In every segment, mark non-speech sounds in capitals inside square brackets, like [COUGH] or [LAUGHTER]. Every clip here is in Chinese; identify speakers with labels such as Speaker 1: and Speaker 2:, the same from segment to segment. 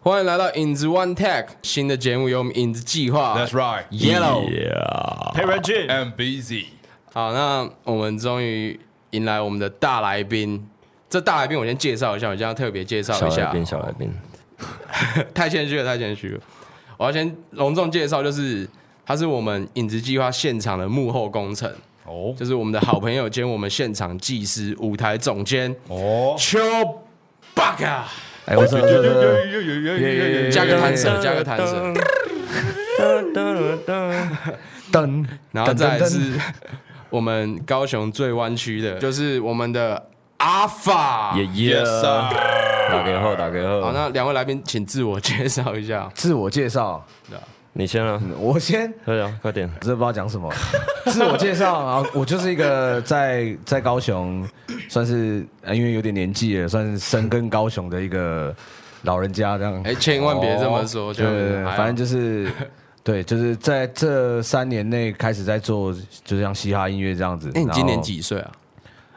Speaker 1: 欢迎来到影子 One Tech 新的节目，由我们影子计划
Speaker 2: That's right.
Speaker 1: Yellow。
Speaker 3: 裴仁俊，
Speaker 2: I'm busy.
Speaker 1: 好，那我们终于迎来我们的大来宾。这大来宾我先介绍一下，我今天要特别介绍
Speaker 3: 小
Speaker 1: 一
Speaker 3: 来
Speaker 1: 下，
Speaker 3: 宾，小来宾，
Speaker 1: 太谦虚了，太谦虚了。我要先隆重介绍，就是他是我们影子计划现场的幕后工程，
Speaker 2: 哦
Speaker 1: 就是我们的好朋友兼我们现场技师、舞台总监
Speaker 2: 哦，
Speaker 1: 邱 bug 啊，
Speaker 3: 哎，我是
Speaker 2: 有有有有有有有有有
Speaker 1: 加个弹
Speaker 3: 哎
Speaker 1: 舌，加个弹舌，
Speaker 3: 噔，
Speaker 1: 然后再来是 [LAUGHS] 我们高雄最湾区的，就是我们的阿法。
Speaker 3: 也耶，
Speaker 2: Yes
Speaker 3: 打
Speaker 2: 啊，
Speaker 3: 给后，打给
Speaker 1: 好，
Speaker 3: 后，
Speaker 1: 那两位来宾请自我介绍一下。
Speaker 4: 自我介绍，
Speaker 3: [LAUGHS] 你先啊，
Speaker 4: 我先
Speaker 3: 快点，快点，
Speaker 4: 这不知道讲什么。 [LAUGHS] 自我介绍啊，我就是一个在在高雄，算是、呃因为有点年纪了，算是深耕高雄的一个老人家这样。
Speaker 1: 哎千万别这哎么说
Speaker 4: 哦
Speaker 1: 就
Speaker 4: 对对对
Speaker 1: 还好
Speaker 4: 反正就是。
Speaker 1: [LAUGHS]
Speaker 4: 对，就是在这三年内开始在做，就像嘻哈音乐这样子。
Speaker 1: 哎，你今
Speaker 4: 然
Speaker 1: 年
Speaker 4: 后？
Speaker 1: 几岁啊？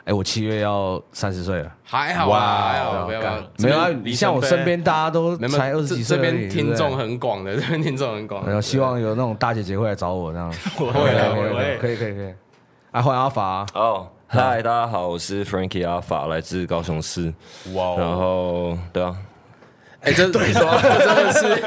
Speaker 4: 哎，我七月要三十岁了。
Speaker 1: 还好啊，
Speaker 2: 哇
Speaker 1: 还好，不要不要
Speaker 4: 干没有啊，你像我身边大家都
Speaker 1: 没有
Speaker 4: 才二十几岁
Speaker 1: 这
Speaker 4: 而已，
Speaker 1: 边听众
Speaker 4: 很，
Speaker 1: 很广的，这边听众很广
Speaker 4: 没。有希望有那种大姐姐会来找我这样。
Speaker 1: [LAUGHS] 我会来，我
Speaker 4: 可
Speaker 1: 会
Speaker 4: 以
Speaker 1: 来。
Speaker 4: 可以可以可以。啊，换阿法啊，
Speaker 3: 哦，嗨，大家好，我是 Frankie 阿法，来自高雄市，
Speaker 2: 哇
Speaker 3: 然
Speaker 2: 哦，
Speaker 3: 后对啊，
Speaker 1: 哎，这对说，这 [LAUGHS] 真的是没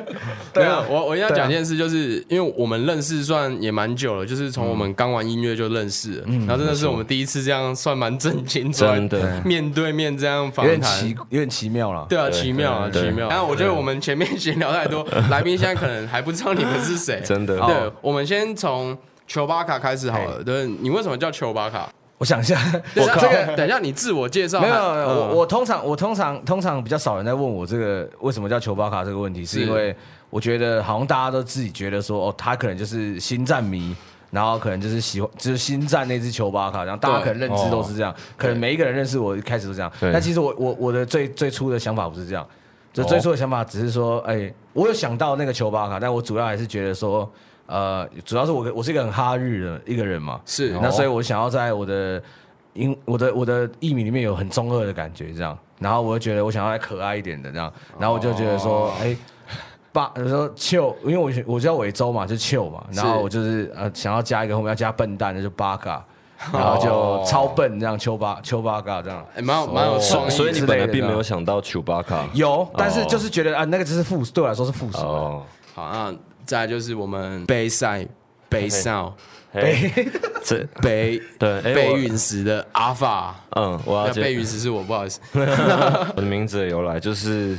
Speaker 4: 对
Speaker 1: 有
Speaker 4: 啊。
Speaker 1: 我我一定要
Speaker 4: 对啊
Speaker 1: 讲一件事，就是因为我们认识算也蛮久了，就是从我们刚玩音乐就认识了，
Speaker 4: 嗯
Speaker 1: 然后真的是我们第一次这样算蛮震惊，出来
Speaker 3: 真的
Speaker 1: 面对面这样
Speaker 4: 有
Speaker 1: 访
Speaker 4: 点
Speaker 1: 谈
Speaker 4: 奇。，有点奇妙了。
Speaker 1: 对啊，奇妙啊，
Speaker 3: 对
Speaker 1: 奇妙。然后我觉得我们前面闲聊太多，来宾现在可能还不知道你们是
Speaker 4: [LAUGHS]
Speaker 1: 谁。
Speaker 3: 真的
Speaker 4: 哦
Speaker 1: 对，我们先从球巴卡开始好了。对，你为什么叫球巴卡？
Speaker 4: 哎我想
Speaker 1: [LAUGHS]
Speaker 4: 一下，
Speaker 1: 等一下
Speaker 4: 这
Speaker 1: 这个嗯
Speaker 4: 个
Speaker 1: 等一下你自我介绍。
Speaker 4: [LAUGHS]
Speaker 1: [LAUGHS]
Speaker 4: 没有，
Speaker 1: 还
Speaker 4: 没有我我通常我通常通常比较少人在问我这个为什么叫球巴卡这个问题，是
Speaker 1: 是
Speaker 4: 因为我觉得好像大家都自己觉得说，哦，他可能就是星战迷。然后可能就是喜欢，就是星战那只球巴卡，然后大
Speaker 1: 对
Speaker 4: 家
Speaker 1: 哦
Speaker 4: 可能认知都是这样，可能每一个人认识我一开始都这样。
Speaker 3: 对
Speaker 4: 但其实我我我的最最初的想法不是这样，就
Speaker 1: 哦
Speaker 4: 最初的想法只是说，哎、我有想到那个球巴卡，但我主要还是觉得说，呃，主要是我我是一个很哈日的一个人嘛，
Speaker 1: 是哦
Speaker 4: 那所以我想要在我的因我的我的艺名里面有很中二的感觉，这样，然后我就觉得我想要再可爱一点的这
Speaker 1: 哦
Speaker 4: 样，然后我就觉得说，哎、爸，我说秋，因为我我叫伟洲嘛，就秋嘛，然后我就是呃想要加一个后面要加笨蛋的，就
Speaker 1: [LAUGHS]
Speaker 4: 八嘎，然后
Speaker 1: 哦
Speaker 4: 就超笨这样，秋八秋八嘎这样。
Speaker 1: 哎蛮有蛮
Speaker 4: 哦
Speaker 1: 有创意。
Speaker 3: 所以你本来
Speaker 4: 之类的
Speaker 3: 并没有想到 Chewbacca
Speaker 4: 有，但
Speaker 1: 哦
Speaker 4: 是就是觉得啊，那个只是附，对我来说是附属。
Speaker 3: 哦，
Speaker 1: 好，那再来就是我们杯赛、杯
Speaker 4: [LAUGHS]
Speaker 1: 少、
Speaker 3: 嘿，这
Speaker 1: 杯
Speaker 3: 对哎
Speaker 1: 杯
Speaker 3: 我
Speaker 1: 陨石的阿法。
Speaker 3: 嗯，我要
Speaker 1: 那
Speaker 3: 接
Speaker 1: 杯陨石是我，不好意思。
Speaker 3: [LAUGHS] 我的名字的由来就是，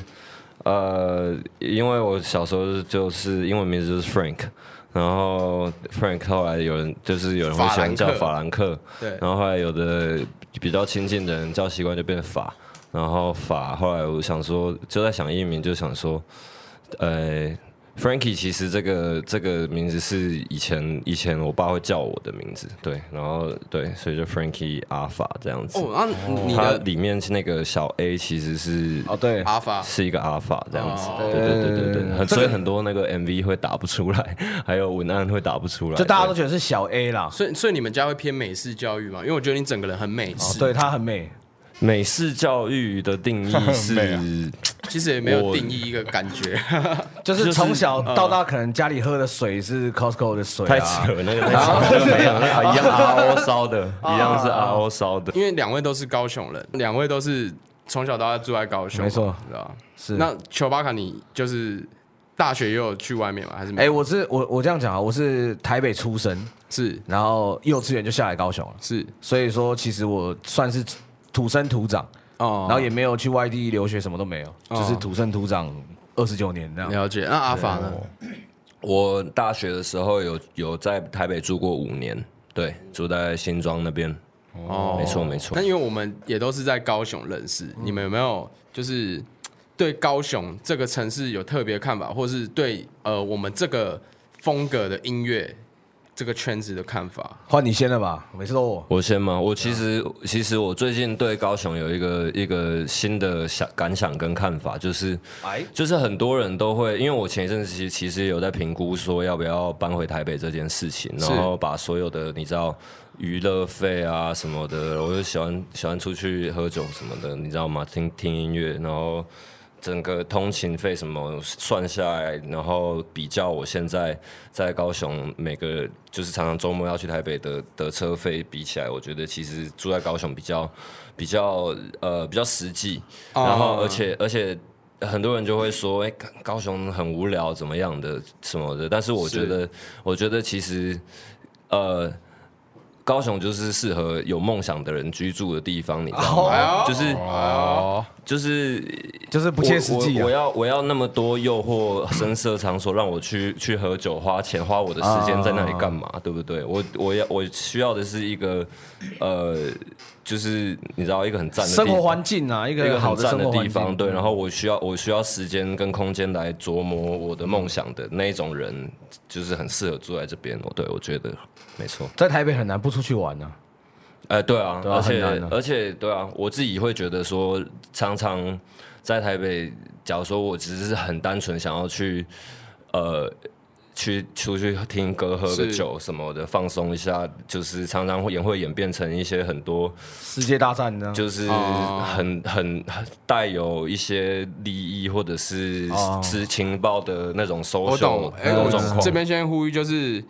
Speaker 3: 呃，因为我小时候就是英文名字就是 Frank，然后 Frank 后来有人就是有人会喜欢叫
Speaker 1: 法
Speaker 3: 法兰克，
Speaker 1: 对
Speaker 3: 然后后来有的比较亲近的人叫习惯就变法，然后法后来我想说就在想艺名，就想说，呃。Frankie 其实这个这个名字是以前以前我爸会叫我的名字，对，然后对，所以就 Frankie 阿法这样子。
Speaker 1: 哦，那你
Speaker 3: 它
Speaker 1: 的
Speaker 3: 里面是那个小 A 其实是
Speaker 4: 哦，对，
Speaker 1: 阿法
Speaker 3: 是一个阿法这样子，
Speaker 1: 哦
Speaker 3: 对对对对对，很所以很多那个 MV 会打不出来， [LAUGHS] 还有文案会打不出来，
Speaker 4: 就大家都觉得是小 A 啦。
Speaker 1: 所以，所以你们家会偏美式教育嘛？因为我觉得你整个人很美
Speaker 4: 哦
Speaker 1: 式，，
Speaker 4: 对，她很美。
Speaker 3: 对美式教育的定义
Speaker 4: [LAUGHS]
Speaker 2: 美
Speaker 4: 啊
Speaker 3: 是，啊
Speaker 1: 其实也没有定义一个感觉。
Speaker 4: 就是从小到大，可能家里喝的水是 Costco 的水、
Speaker 3: 嗯
Speaker 4: 啊，
Speaker 3: 太扯了，那个太扯了，
Speaker 4: [LAUGHS]
Speaker 3: 没有那个一样 RO 烧的，
Speaker 4: 啊
Speaker 3: 一样是 RO 烧的，
Speaker 1: 因为两位都是高雄人，两位都是从小到大住在高雄嘛，
Speaker 4: 没错
Speaker 1: 知道吧
Speaker 4: 是
Speaker 1: 那丘巴卡，你就是大学也有去外面吗？还是没
Speaker 4: 哎、
Speaker 1: 有？
Speaker 4: 我是我我这样讲啊，我是台北出生，
Speaker 1: 是
Speaker 4: 然后幼稚园就下来高雄了，
Speaker 1: 是
Speaker 4: 所以说其实我算是土生土长，
Speaker 1: 哦
Speaker 4: 然后也没有去外地留学，什么都没有，
Speaker 3: 哦
Speaker 4: 就是土生土长二十九年这样。
Speaker 1: 了解。那阿法呢？
Speaker 3: 我大学的时候有有在台北住过五年，对，住在新庄那边，哦，没错没错嗯
Speaker 1: 那，因为我们也都是在高雄认识，你们有没有就是对高雄这个城市有特别看法，或是对呃我们这个风格的音乐这个圈子的看法？
Speaker 4: 换你先了吧，每次都我。
Speaker 3: 我先吗？我其实其实我最近对高雄有一个一个新的想感想跟看法，就是
Speaker 4: 哎，
Speaker 3: 就是很多人都会，因为我前一阵子其实其实有在评估说要不要搬回台北这件事情，
Speaker 1: 是
Speaker 3: 然后把所有的你知道娱乐费啊什么的，我就喜欢喜欢出去喝酒什么的，你知道吗？听听音乐，然后整个通勤费什么算下来，然后比较我现在在高雄每个就是常常周末要去台北的的车费比起来，我觉得其实住在高雄比较比较呃比较实际，
Speaker 1: 哦
Speaker 3: 然后而且而且。很多人就会说，哎、高高雄很无聊，怎么样的什么的。但是我觉得，我觉得其实，呃，高雄就是适合有梦想的人居住的地方，你知道吗？就是就是
Speaker 4: 就是不切实际
Speaker 3: 我我我
Speaker 4: 啊。
Speaker 3: 要我要那么多诱惑声色场所，让我去去喝酒花钱，花我的时间在那里干
Speaker 4: 啊
Speaker 3: 嘛？对不对？我我要我需要的是一个呃，就是你知道一个很赞的地
Speaker 4: 生活环境啊，一
Speaker 3: 一
Speaker 4: 个
Speaker 3: 个
Speaker 4: 好
Speaker 3: 很
Speaker 4: 的
Speaker 3: 赞
Speaker 4: 生
Speaker 3: 的
Speaker 4: 活环
Speaker 3: 地
Speaker 4: 境嗯
Speaker 3: 方，，对。然后我需要我需要时间跟空间来琢磨我的梦想的那一种人，就是很适合住在这边。哦我对我觉得没错。
Speaker 4: 在台北很难不出去玩啊。
Speaker 3: 呃，对啊，
Speaker 4: 对啊
Speaker 3: 而
Speaker 4: 很
Speaker 3: 且
Speaker 4: 难啊
Speaker 3: 而且对啊，我自己会觉得说，常常在台北，假如说我只是很单纯想要去，呃。去出去听歌、喝个
Speaker 1: 是
Speaker 3: 酒什么的，放松一下，就是常常会也会演变成一些很多，
Speaker 4: 世界大战呢？
Speaker 3: 就是
Speaker 1: 哦
Speaker 3: 很很很带有一些利益或者是
Speaker 4: 哦
Speaker 3: 是情报的那种
Speaker 1: 我
Speaker 3: social
Speaker 1: 懂，哎、
Speaker 3: 那种
Speaker 1: 我
Speaker 3: 状况。
Speaker 1: 这边先呼吁就是。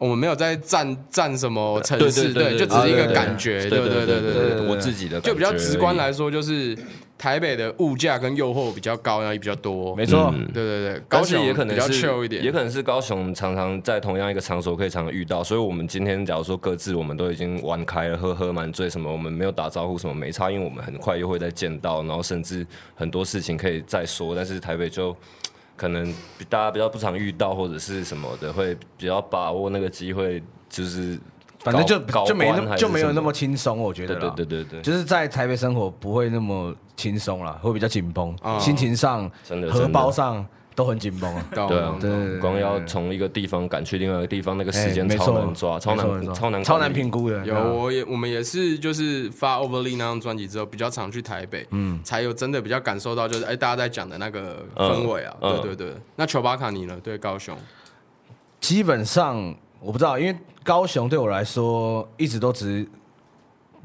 Speaker 1: 我们没有在站站什么城
Speaker 3: 对
Speaker 1: 市，
Speaker 3: 对对
Speaker 1: 就
Speaker 3: 对
Speaker 1: 只是一
Speaker 3: 对
Speaker 1: 个
Speaker 3: 对
Speaker 1: 感觉，
Speaker 3: 对
Speaker 1: 对对
Speaker 3: 对
Speaker 1: 对对对
Speaker 3: 对，我自己的
Speaker 1: 就比较
Speaker 3: 感觉
Speaker 1: 直观
Speaker 3: 而已
Speaker 1: 来说，就是台北的物价跟诱惑比较高，然后也比较多。
Speaker 4: 没错，
Speaker 3: 嗯
Speaker 1: 对对对，高
Speaker 3: 但是
Speaker 1: 雄
Speaker 3: 也可能
Speaker 1: 比较
Speaker 3: 是
Speaker 1: chill 一点，
Speaker 3: 也可能是高雄常常在同样一个场所可以常常遇到，所以我们今天假如说各自我们都已经玩开了，喝喝蛮醉什么，我们没有打招呼什么没差，因为我们很快又会再见到，然后甚至很多事情可以再说，但是台北就。可能比大家比较不常遇到或者是什么的，会比较把握那个机会，就是
Speaker 4: 反正就
Speaker 3: 高
Speaker 4: 就没
Speaker 3: 高官还
Speaker 4: 那
Speaker 3: 是
Speaker 4: 就没有
Speaker 3: 什
Speaker 4: 那么轻松，我觉得
Speaker 3: 对
Speaker 4: 啦。
Speaker 3: 对对对对，
Speaker 4: 就是在台北生活不会那么轻松啦，会比较紧绷，
Speaker 1: 哦
Speaker 4: 心情上
Speaker 3: 啊真、的
Speaker 4: 荷包上都很紧绷啊。
Speaker 1: 懂
Speaker 3: 对啊，
Speaker 1: 懂
Speaker 4: 对
Speaker 3: 光要从一个地方赶去另外一个地方，那个时间
Speaker 4: 哎没
Speaker 3: 超
Speaker 4: 错
Speaker 3: 难抓，超
Speaker 4: 没错没
Speaker 3: 难
Speaker 4: 错
Speaker 3: 超难
Speaker 4: 超难
Speaker 3: 管理
Speaker 4: 评估的。
Speaker 1: 有，
Speaker 3: 啊
Speaker 1: 我也我们也是，就是发 Overly 那张专辑之后，比较常去台北，嗯，才有真的比较感受到，就是哎、大家在讲的那个氛围啊，
Speaker 3: 嗯
Speaker 1: 对对对。那球巴卡你呢？对高雄，
Speaker 4: 基本上我不知道，因为高雄对我来说一直都只，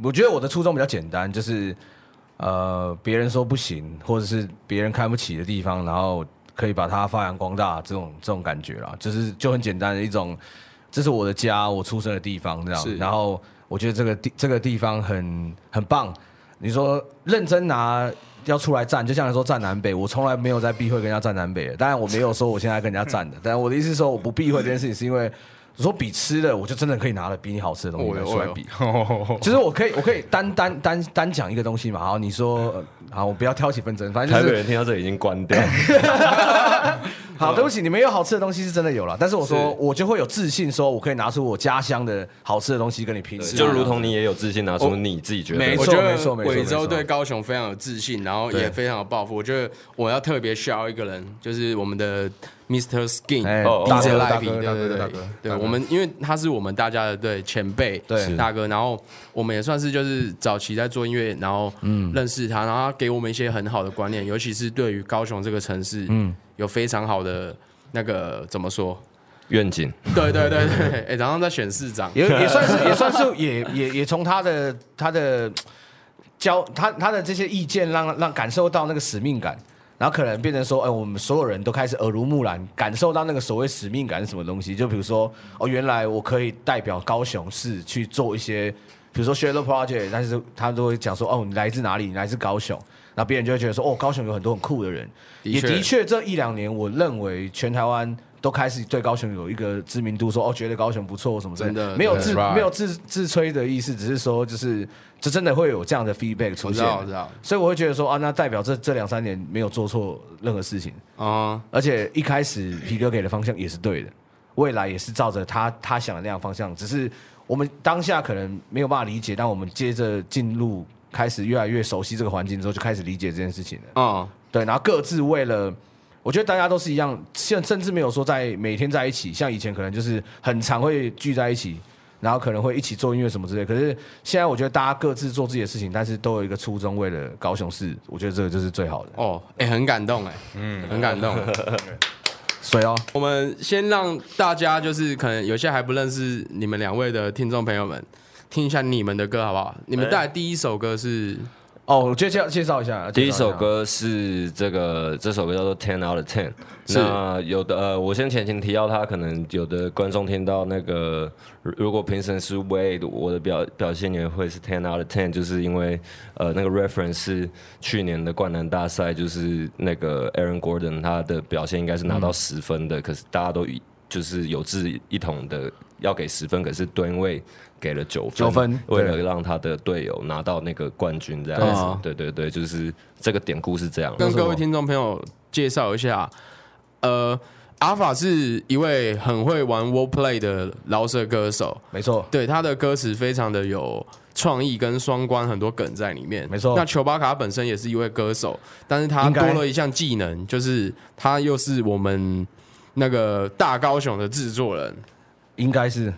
Speaker 4: 我觉得我的初衷比较简单，就是呃别人说不行，或者是别人看不起的地方，然后可以把它发扬光大，这种这种感觉啦，就是就很简单的一种，这是我的家，我出生的地方这
Speaker 1: 是
Speaker 4: 样，然后我觉得这个地这个地方很很棒，你说认真拿。要出来站，就像你说站南北，我从来没有在避讳跟人家站南北的。当然我没有说我现在跟人家站的，但我的意思是说我不避讳这件事情，是因为我说比吃的，我就真的可以拿了比你好吃的东西
Speaker 1: 哦
Speaker 4: 来
Speaker 1: 哟
Speaker 4: 出来
Speaker 1: 哦哟
Speaker 4: 比。就是我可以，我可以单单单单讲一个东西嘛。好，你说，呃好，我不要挑起纷争，反正
Speaker 3: 台
Speaker 4: 就
Speaker 3: 北
Speaker 4: 是
Speaker 3: 人听到这已经关掉，
Speaker 4: 好。对不起，你们有好吃的东西是真的有了，但是我说
Speaker 1: 是
Speaker 4: 我就会有自信，说我可以拿出我家乡的好吃的东西跟你拼。是
Speaker 3: 就
Speaker 4: 吗
Speaker 3: 如同你也有自信拿出你自己觉得
Speaker 4: 没错
Speaker 1: 我觉
Speaker 4: 没
Speaker 1: 得
Speaker 4: 错没错
Speaker 1: 伟
Speaker 4: 没
Speaker 1: 州
Speaker 4: 错
Speaker 1: 对高雄非常有自信，然后
Speaker 4: 对
Speaker 1: 也非常有抱负。我觉得我要特别需要一个人，就是我们的 Mr. Skin，
Speaker 4: 哎
Speaker 3: 哦
Speaker 1: DJ
Speaker 3: 大
Speaker 4: 哥
Speaker 1: l
Speaker 4: 大
Speaker 1: i v
Speaker 4: 哥
Speaker 1: y
Speaker 4: 大
Speaker 1: 对
Speaker 4: 哥
Speaker 1: 对
Speaker 4: 大
Speaker 1: 对
Speaker 4: 哥，
Speaker 1: 对
Speaker 4: 大哥
Speaker 1: 我们，因为他是我们大家的对前辈，
Speaker 4: 对
Speaker 1: 大哥，然后我们也算是就是早期在做音乐，然后
Speaker 4: 嗯
Speaker 1: 认识他，然后他给我们一些很好的观念，尤其是对于高雄这个城市，嗯，有非常好的那个怎么说？
Speaker 3: 愿景，
Speaker 1: 对对对
Speaker 4: [LAUGHS]
Speaker 1: 对，哎，然后在选市长，
Speaker 4: 也也算是
Speaker 1: [LAUGHS]
Speaker 4: 也算是也也也从他的他的教他他的这些意见让让感受到那个使命感，然后可能变成说，哎、我们所有人都开始耳濡目染，感受到那个所谓使命感是什么东西。就比如说，哦，原来我可以代表高雄市去做一些，比如说 shadow project，但是他都会讲说，哦，你来自哪里？你来自高雄。然后别人就会觉得说，哦，高雄有很多很酷的人，
Speaker 1: 的
Speaker 4: 也
Speaker 1: 确
Speaker 4: 的确这一两年，我认为全台湾都开始对高雄有一个知名度，说哦，觉得高雄不错什么之类
Speaker 1: 真的
Speaker 4: 没有
Speaker 1: that's
Speaker 4: 自
Speaker 1: right
Speaker 4: 没有自自吹的意思，只是说就是这真的会有这样的 feedback 出
Speaker 1: 我知
Speaker 4: 现，
Speaker 1: 道我知道，
Speaker 4: 所以我会觉得说啊，那代表这这两三年没有做错任何事情，
Speaker 1: 啊，
Speaker 4: 而且一开始皮哥给的方向也是对的，未来也是照着他他想的那样方向，只是我们当下可能没有办法理解，但我们接着进入开始越来越熟悉这个环境之后，就开始理解这件事情了。
Speaker 1: 嗯，
Speaker 4: 对，然后各自为了，我觉得大家都是一样，现甚至没有说在每天在一起，像以前可能就是很常会聚在一起，然后可能会一起做音乐什么之类。可是现在我觉得大家各自做自己的事情，但是都有一个初衷，为了高雄市，我觉得这个就是最好的。
Speaker 1: 哦，哎，很感动哎，嗯，很感动。
Speaker 4: 水哦，
Speaker 1: 我们先让大家就是可能有些还不认识你们两位的听众朋友们，听一下你们的歌好不好？你们带来第一首歌是
Speaker 4: 哦，我觉得介介绍一下
Speaker 3: 第一首，歌是这个，这首歌叫做《Ten Out of Ten》。那有的呃，我先前情提到，他可能有的观众听到那个，如如果评审是 Wade，我的表表现也会是 Ten Out of Ten，就是因为呃那个 reference 是去年的灌篮大赛，就是那个 Aaron Gordon 他的表现应该是
Speaker 4: 嗯
Speaker 3: 拿到十分的，可是大家都一就是有志一同的要给十分，可是吨位给了九分，
Speaker 4: 九分
Speaker 3: 为了
Speaker 4: 对
Speaker 3: 让他的队友拿到那个冠军这样
Speaker 1: 对
Speaker 3: 子
Speaker 1: 啊。
Speaker 3: 对对对，就是这个典故是这样。
Speaker 1: 跟各位听众朋友介绍一下，呃，阿法是一位很会玩 Wordplay 的饶舌歌手，
Speaker 4: 没错，
Speaker 1: 对他的歌词非常的有创意跟双关，很多梗在里面。
Speaker 4: 没错
Speaker 1: 那球巴卡本身也是一位歌手，但是他
Speaker 4: 应该
Speaker 1: 多了一项技能，就是他又是我们那个大高雄的制作人，
Speaker 4: 应该是，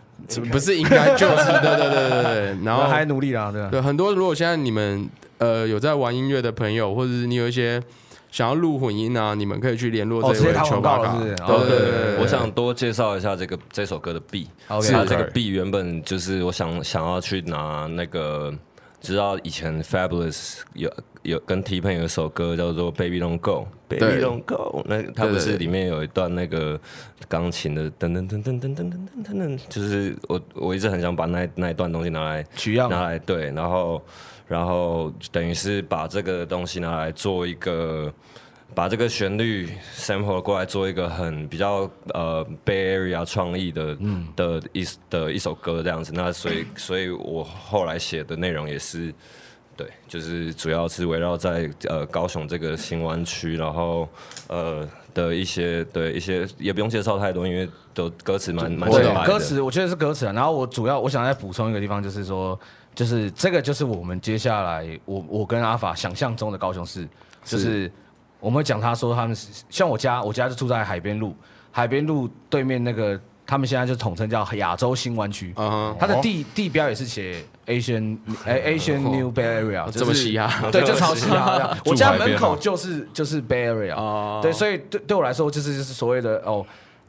Speaker 1: 不是应该就是对对对对
Speaker 4: [LAUGHS]
Speaker 1: 对。然后
Speaker 4: 还努力啦，对吧？
Speaker 1: 对，很多如果现在你们呃有在玩音乐的朋友，或者是你有一些想要录混音啊，你们可以去联络
Speaker 4: 哦
Speaker 1: 这
Speaker 4: 直接
Speaker 1: 位
Speaker 4: 打
Speaker 1: 球
Speaker 4: 广
Speaker 1: 巴
Speaker 4: 告
Speaker 1: 卡。
Speaker 4: 了是不是
Speaker 1: 对
Speaker 4: 哦
Speaker 1: 对对对对，
Speaker 3: 我想多介绍一下这个这首歌的 B，
Speaker 4: OK
Speaker 3: 它这个
Speaker 1: 是
Speaker 3: B 原本就是我想想要去拿那个，知道以前 Fabulous 有有跟 T Pain 有一首歌叫做 Baby Don't Go，Baby
Speaker 1: 对
Speaker 3: Don't Go，那它
Speaker 1: 对
Speaker 3: 不
Speaker 1: 对
Speaker 3: 是
Speaker 1: 对
Speaker 3: 里面有一段那个钢琴的噔噔噔噔噔噔噔噔噔，就是我我一直很想把那那一段东西拿来
Speaker 4: 取样
Speaker 3: 拿来对，然后然后等于是把这个东西拿来做一个，把这个旋律 sample 过来做一个很比较呃 Bay Area 创意的、的一的一首歌这样子。那所以所以我后来写的内容也是。对，就是主要是围绕在呃高雄这个新湾区，然后呃的一些对一些也不用介绍太多，因为都歌词蛮蛮
Speaker 1: 我
Speaker 3: 直
Speaker 1: 懂
Speaker 3: 白的。
Speaker 4: 啊歌词我觉得是歌词啊。然后我主要我想再补充一个地方，就是说，就是这个就是我们接下来我我跟阿法想象中的高雄市，就是我们会讲他说他们是像我家，我家就住在海边路，海边路对面那个他们现在就统称叫亚洲新湾区，
Speaker 1: 嗯哼，
Speaker 4: 它的地地标也是写 Asian 哎 Asian New Bay Area，
Speaker 1: 这么
Speaker 4: 就是
Speaker 1: 嘻哈，
Speaker 4: 对，就超嘻哈的。我
Speaker 3: 住
Speaker 4: 家
Speaker 3: 海边
Speaker 4: 门口
Speaker 3: 吗
Speaker 4: 就是就是 Bay Area，、
Speaker 1: 哦
Speaker 4: 对，所以对对我来说就是就是所谓的哦，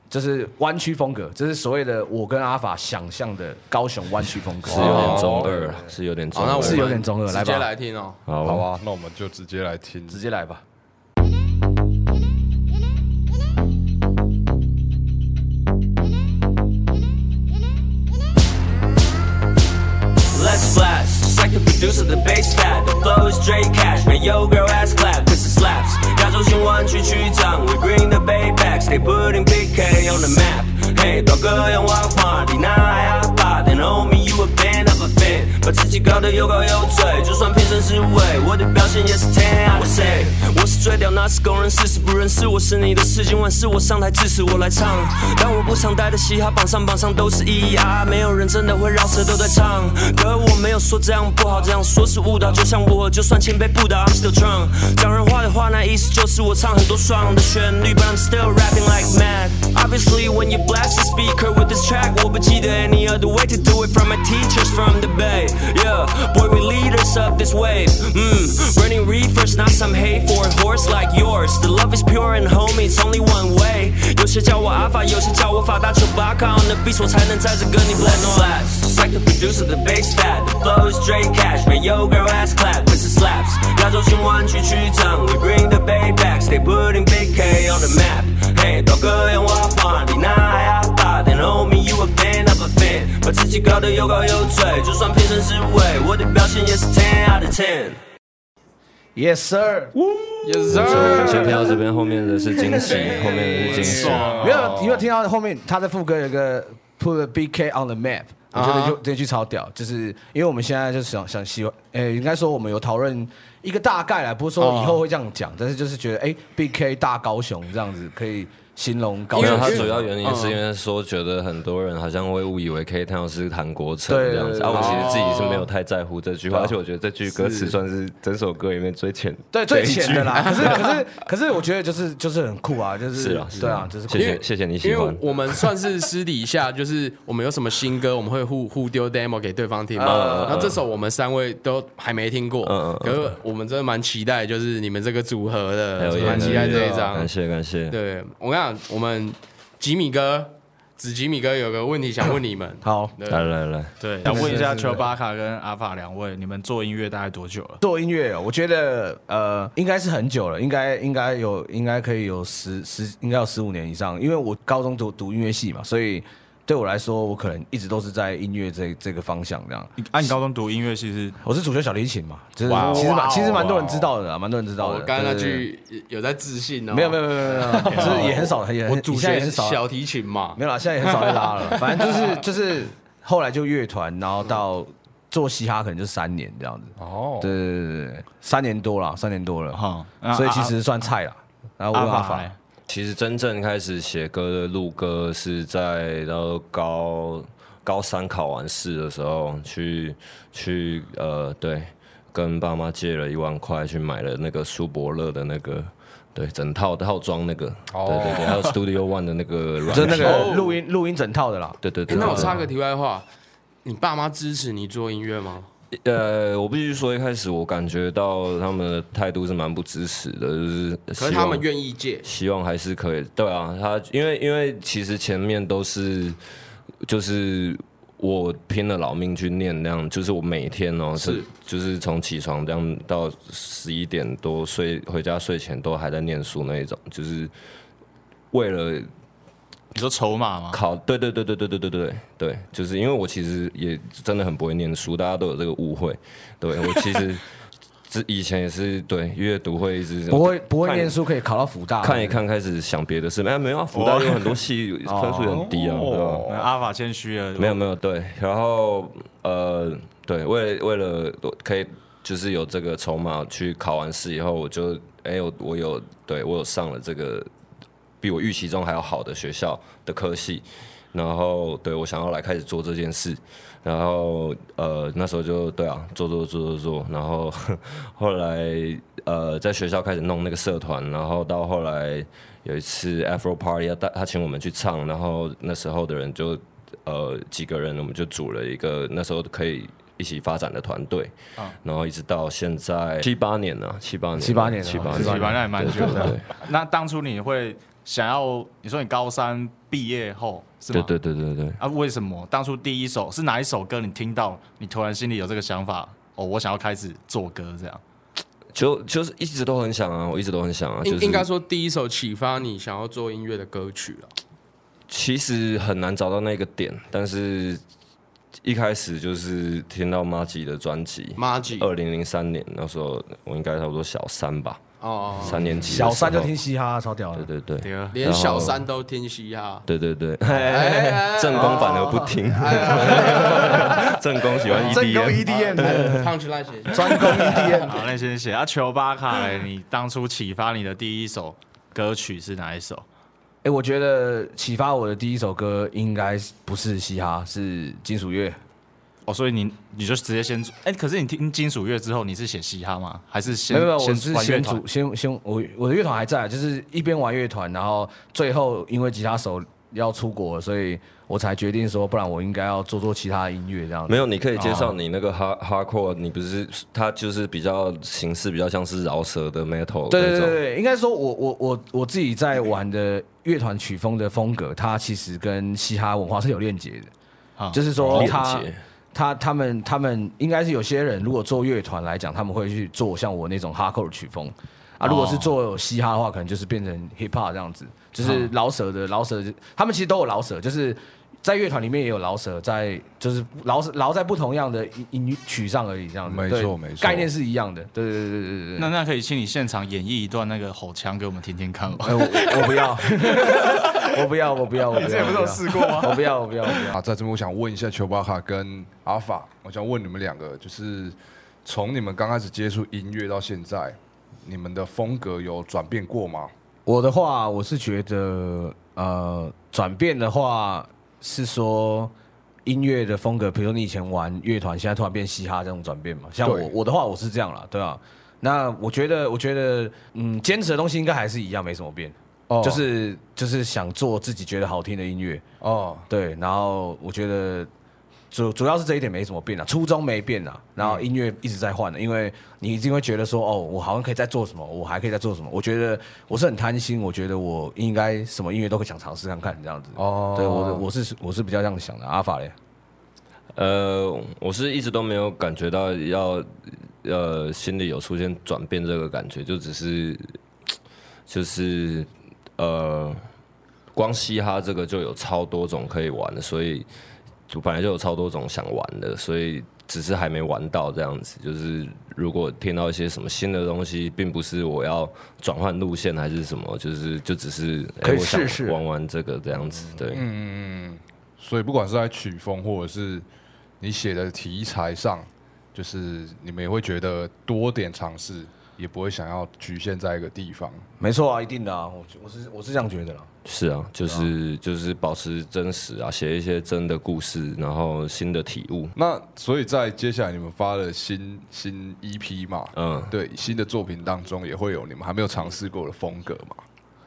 Speaker 4: 就是湾区风格，就是所谓的我跟阿法想象的高雄湾区风格。哦
Speaker 3: 是有点中二啊，是有点中
Speaker 1: 好，
Speaker 3: 二。
Speaker 1: 那我们
Speaker 4: 是有点中二
Speaker 1: 直
Speaker 4: 来吧
Speaker 1: 接来听哦。
Speaker 3: 好
Speaker 2: 好啊，那我们就直接来听。
Speaker 4: 直接来吧。
Speaker 5: Let's blast. Just like the producer, the bass cat. The flow is straight cash. Man, yo, girl, ass clap. This is slaps. 亚洲新湾区区长 We bring the bay back. Stay putting big K on the map. Hey, 多个人玩 party. 那还要把 Then homie, you a fan of a fan. 把自己搞得有高有嘴，就算平生是伪，我的表现也是 ten out of ten。我是最屌，那是公认，事实不认识，我是你的事情，万事我上台支持我来唱。但我不常待的嘻哈榜上榜上都是咿咿啊啊，没有人真的会饶舌都在唱。可我没有说这样不好，这样说是误导，就像我就算前辈不倒，I'm still drunk。讲人话的话，那意思就是我唱很多爽的旋律，But I'm still rapping like mad。Obviously when you blast the speaker with this track，我不记得 any other way to do it from my teachers from the bay。Yeah, boy we leaders up this wave. Mmm, burning reefers, not some hate for a horse like yours. The love is pure and homie, it's only one way. 有些叫我阿法，有些叫我法大丘巴卡。On the beach 我才能在这跟你 blend on. Slaps, just like the producer, the bass fat, the flow is straight cash. Man, yo girl ass clap, this is slaps. 亚洲新湾区区长 We bring the bay back, stay putting big K on the map. Hey, 多个人玩party，那还要把点 homie you a fan of a fan，把自己搞得有高有嘴，就算平生是伪，我的表现也是 ten out of ten。
Speaker 4: Yes sir，
Speaker 3: 哦
Speaker 1: Yes
Speaker 3: 就先
Speaker 1: sir，
Speaker 3: 听到这边，后面的是惊喜，后面的是惊喜。
Speaker 1: 爽
Speaker 4: 没有，你有听到后面他的副歌有一个 Put the BK on the map，我觉得就
Speaker 1: 啊
Speaker 4: 这句超屌，就是因为我们现在就想想希望，诶，应该说我们有讨论一个大概啦，不是
Speaker 3: 哦
Speaker 4: 说以后会这样讲，但是就是觉得诶 b k 大高雄这样子可以形容高
Speaker 3: 没
Speaker 4: 雄
Speaker 3: 有，他
Speaker 4: 市
Speaker 3: 主要原因是因为说觉得很多人好像会误以为 K Town 是韩国城
Speaker 4: 对哦啊
Speaker 3: 这样子，
Speaker 4: 对
Speaker 3: 啊，我
Speaker 4: 对
Speaker 3: 其实自己是没有太在乎这句话，而且我觉得这句歌词算是整首歌里面最浅，
Speaker 4: 对最浅的啦，可是可是可是我觉得就是就是很酷啊，就是
Speaker 3: 是啊，是
Speaker 4: 对啊，就是酷
Speaker 3: 谢谢谢谢你喜
Speaker 1: 因
Speaker 3: 欢
Speaker 1: 为。我们算是私底下，就是我们有什么新歌，我们会互互丢 demo 给对方听嘛。然后这首我们三位都还没听过
Speaker 3: 嗯嗯，
Speaker 1: 可是我们真的蛮期待，就是你们这个组合的
Speaker 3: 还有，
Speaker 1: 蛮期待这一
Speaker 3: 感
Speaker 1: 张。
Speaker 3: 谢感谢。
Speaker 1: 对我跟你讲，我们吉米哥子吉米哥有个问题想问你们，
Speaker 4: 好，
Speaker 1: 对
Speaker 3: 来来来，
Speaker 6: 对，想问一下丘巴卡跟阿法两位，你们做音乐大概多久了？
Speaker 4: 做音乐哦，我觉得呃，应该是很久了，应该应该有应该可以有十十，应该有十五年以上，因为我高中读读音乐系嘛，所以对我来说，我可能一直都是在音乐这这个方向这样。
Speaker 6: 你啊，你高中读音乐系是
Speaker 4: 我是主修小提琴嘛，就是
Speaker 6: 哇哦
Speaker 4: 其实
Speaker 6: 哇
Speaker 4: 蛮
Speaker 6: 哦
Speaker 4: 其实蛮多人知道的啦，蛮多人知道
Speaker 1: 我
Speaker 4: 的。
Speaker 1: 刚刚那
Speaker 4: 对对对
Speaker 1: 句有在自信哦，
Speaker 4: 没有没有没有没有没有，就是也很少，也很
Speaker 1: 我主
Speaker 4: 现在
Speaker 1: 学
Speaker 4: 也很
Speaker 1: 是
Speaker 4: 少，
Speaker 1: 小提琴嘛
Speaker 4: 没，有啦，现在也很少在拉了。反正就是就是后来就乐团，然后到做嘻哈可能就三年这样子。
Speaker 2: 哦，
Speaker 4: 对对对对对，三年多了，三年多
Speaker 3: 啊
Speaker 4: 了
Speaker 6: 哈
Speaker 3: 哦
Speaker 4: 哈
Speaker 6: 那，
Speaker 4: 所以
Speaker 6: 阿
Speaker 4: 其实算菜了。然后我
Speaker 6: 阿
Speaker 4: 有办
Speaker 6: 法
Speaker 4: 法
Speaker 6: 嘞，
Speaker 3: 其实真正开始写歌的录歌是在然后高高三考完试的时候去去呃对，跟爸妈借了一万块去买了那个舒伯乐的那个。对，整套套装那个，
Speaker 1: 哦
Speaker 3: 对对对，还有 Studio One 的那
Speaker 1: [LAUGHS]
Speaker 3: 个软
Speaker 4: 就那
Speaker 3: 件
Speaker 4: 个录音录音整套的啦。
Speaker 3: 对对
Speaker 1: 诶
Speaker 3: 对。
Speaker 1: 哎那我
Speaker 3: 对
Speaker 1: 插个题外话，你爸妈支持你做音乐吗？
Speaker 3: 呃，我必须说，一开始我感觉到他们的态度是蛮不支持的，就是
Speaker 1: 可是
Speaker 3: 希
Speaker 1: 他
Speaker 3: 望
Speaker 1: 们愿意借，
Speaker 3: 希望还是可以。对啊，他因为因为其实前面都是就是我拼了老命去念那样，就是我每天哦、是就是从起床这样到十一点多睡回家睡前都还在念书那一种，就是为了
Speaker 6: 你说筹码吗？
Speaker 3: 考，对对对对对对对对对，就是因为我其实也真的很不会念书，大家都有这个误会。对我其实之以前也是对阅读会一直
Speaker 4: 不会不会
Speaker 3: 看
Speaker 4: 念书可以考到福大，
Speaker 3: 看一看，开始想别的事。哎，没有啊，福大有很多戏分数很低啊，对吧？
Speaker 6: 那阿法谦虚了，
Speaker 3: 没有没有，对，然后呃，对，为了为了我可以就是有这个筹码去考完试以后，我就哎、我我有对我有上了这个比我预期中还要好的学校的科系，然后对我想要来开始做这件事，然后呃那时候就对啊做做做做做，然后后来呃在学校开始弄那个社团，然后到后来有一次 Afro Party 他带他请我们去唱，然后那时候的人就呃几个人我们就组了一个那时候可以。一起发展的团队，然后一直到现在七八年了，七八年了，
Speaker 4: 七八年了
Speaker 3: 七八年
Speaker 6: 自己
Speaker 3: 了，
Speaker 6: 吧，那也蛮久
Speaker 3: 对对
Speaker 6: 的
Speaker 3: 对。
Speaker 6: 那当初你会想要，你说你高三毕业后是吗？
Speaker 3: 对对对对对，
Speaker 6: 啊，为什么当初第一首是哪一首歌？你听到，你突然心里有这个想法，哦，我想要开始做歌这样。
Speaker 3: 就就是一直都很想啊，我一直都很想啊，就
Speaker 1: 应
Speaker 3: 是
Speaker 1: 应该说第一首启发你想要做音乐的歌曲了。
Speaker 3: 其实很难找到那个点，但是一开始就是听到 m a g i 的专辑，
Speaker 1: 马吉
Speaker 3: 二零零三年那时候我应该差不多小三吧，
Speaker 1: 哦，
Speaker 3: 三年级的时候
Speaker 4: 小三就听，嘻哈，超屌的。
Speaker 3: 对对对，
Speaker 6: 第二，
Speaker 1: 连小三都听嘻哈。哎
Speaker 3: 对对 [LAUGHS] 对，正宫
Speaker 1: 哦
Speaker 3: 反而不
Speaker 4: [LAUGHS]
Speaker 3: 听，正宫喜欢 E
Speaker 4: E
Speaker 3: EDM，啊
Speaker 4: EDM
Speaker 1: Punchline 写下
Speaker 4: 专攻 E EDM，
Speaker 6: 好，那先写啊，球巴卡嘞，你当初启发你的第一首歌曲是哪一首？
Speaker 4: 哎，我觉得启发我的第一首歌应该是不是嘻哈，是金属乐。
Speaker 6: 哦，所以你你就直接先做，哎、可是你听金属乐之后，你是写嘻哈吗？还是先
Speaker 4: 没有没有，我
Speaker 6: 先
Speaker 4: 是
Speaker 6: 玩乐
Speaker 4: 先
Speaker 6: 团
Speaker 4: 组先先我我的乐团还在，啊就是一边玩乐团，然后最后因为吉他手要出国，所以我才决定说，不然我应该要做做其他的音乐这样子。
Speaker 3: 没有，你可以介绍你那个 hard hardcore，你不是它就是比较形式比较像是饶舌的 metal
Speaker 4: 对
Speaker 3: 那
Speaker 4: 对对
Speaker 3: 种，
Speaker 4: 对，应该说我我我我自己在玩的乐团曲风的风格，它其实跟嘻哈文化是有链接的，
Speaker 6: 啊
Speaker 4: 就是说
Speaker 3: 链
Speaker 4: 它
Speaker 3: 接
Speaker 4: 他他们他们应该是有些人如果做乐团来讲，他们会去做像我那种 hardcore 曲风啊，如果
Speaker 2: 哦
Speaker 4: 是做嘻哈的话，可能就是变成 hip hop 这样子，
Speaker 2: 啊
Speaker 4: 就是饶舌的饶舌，他们其实都有饶舌，就是。在乐团里面也有饶舌，在就是饶舌饶在不同样的音音曲上而已，这样子。
Speaker 2: 没
Speaker 4: 对
Speaker 2: 错没错
Speaker 4: 概念是一样的。对对对对对对。
Speaker 6: 那那可以请你现场演绎一段那个吼腔给我们听听看吗？
Speaker 4: [LAUGHS] 哎，我我不要，我不要，我不要，我不要。你
Speaker 6: 之前不是有试过吗
Speaker 4: 我不要，我不要，我不要。
Speaker 2: 啊，在这边我想问一下丘巴卡跟阿法，我想问你们两个，就是从你们刚开始接触音乐到现在，你们的风格有转变过吗？
Speaker 4: 我的话，我是觉得，呃，转变的话是说音乐的风格，比如说你以前玩乐团，现在突然变嘻哈这种转变嘛。像我
Speaker 2: 对
Speaker 4: 我的话，我是这样啦，对啊。那我觉得，我觉得，嗯，坚持的东西应该还是一样，没什么变。
Speaker 2: 哦
Speaker 4: 就是就是想做自己觉得好听的音乐，
Speaker 2: 哦，
Speaker 4: 对。然后我觉得主主要是这一点没什么变啊，初衷没变啊，然后音乐一直在换啊的，因为你一定会觉得说，哦，我好像可以再做什么，我还可以再做什么。我觉得我是很贪心，我觉得我应该什么音乐都可以想尝试看看这样子。
Speaker 2: 哦
Speaker 4: 对我的我是我是比较这样想的。阿法嘞，
Speaker 3: 呃，我是一直都没有感觉到要呃心里有出现转变这个感觉，就只是就是呃，光嘻哈这个就有超多种可以玩的，所以就本来就有超多种想玩的，所以只是还没玩到这样子。就是如果听到一些什么新的东西，并不是我要转换路线还是什么，就是就只是哎
Speaker 4: 可以
Speaker 3: 我想
Speaker 4: 试试
Speaker 3: 玩玩这个这样子，对。
Speaker 2: 所以不管是在曲风或者是你写的题材上，就是你们也会觉得多点尝试，也不会想要局限在一个地方。
Speaker 4: 没错啊，一定的啊，我我是我是这样觉得啦。
Speaker 3: 是啊，就是就是保持真实啊，写一些真的故事，然后新的体悟。
Speaker 2: 那所以在接下来你们发的新新 EP 嘛，
Speaker 3: 嗯，
Speaker 2: 对新的作品当中也会有你们还没有尝试过的风格嘛？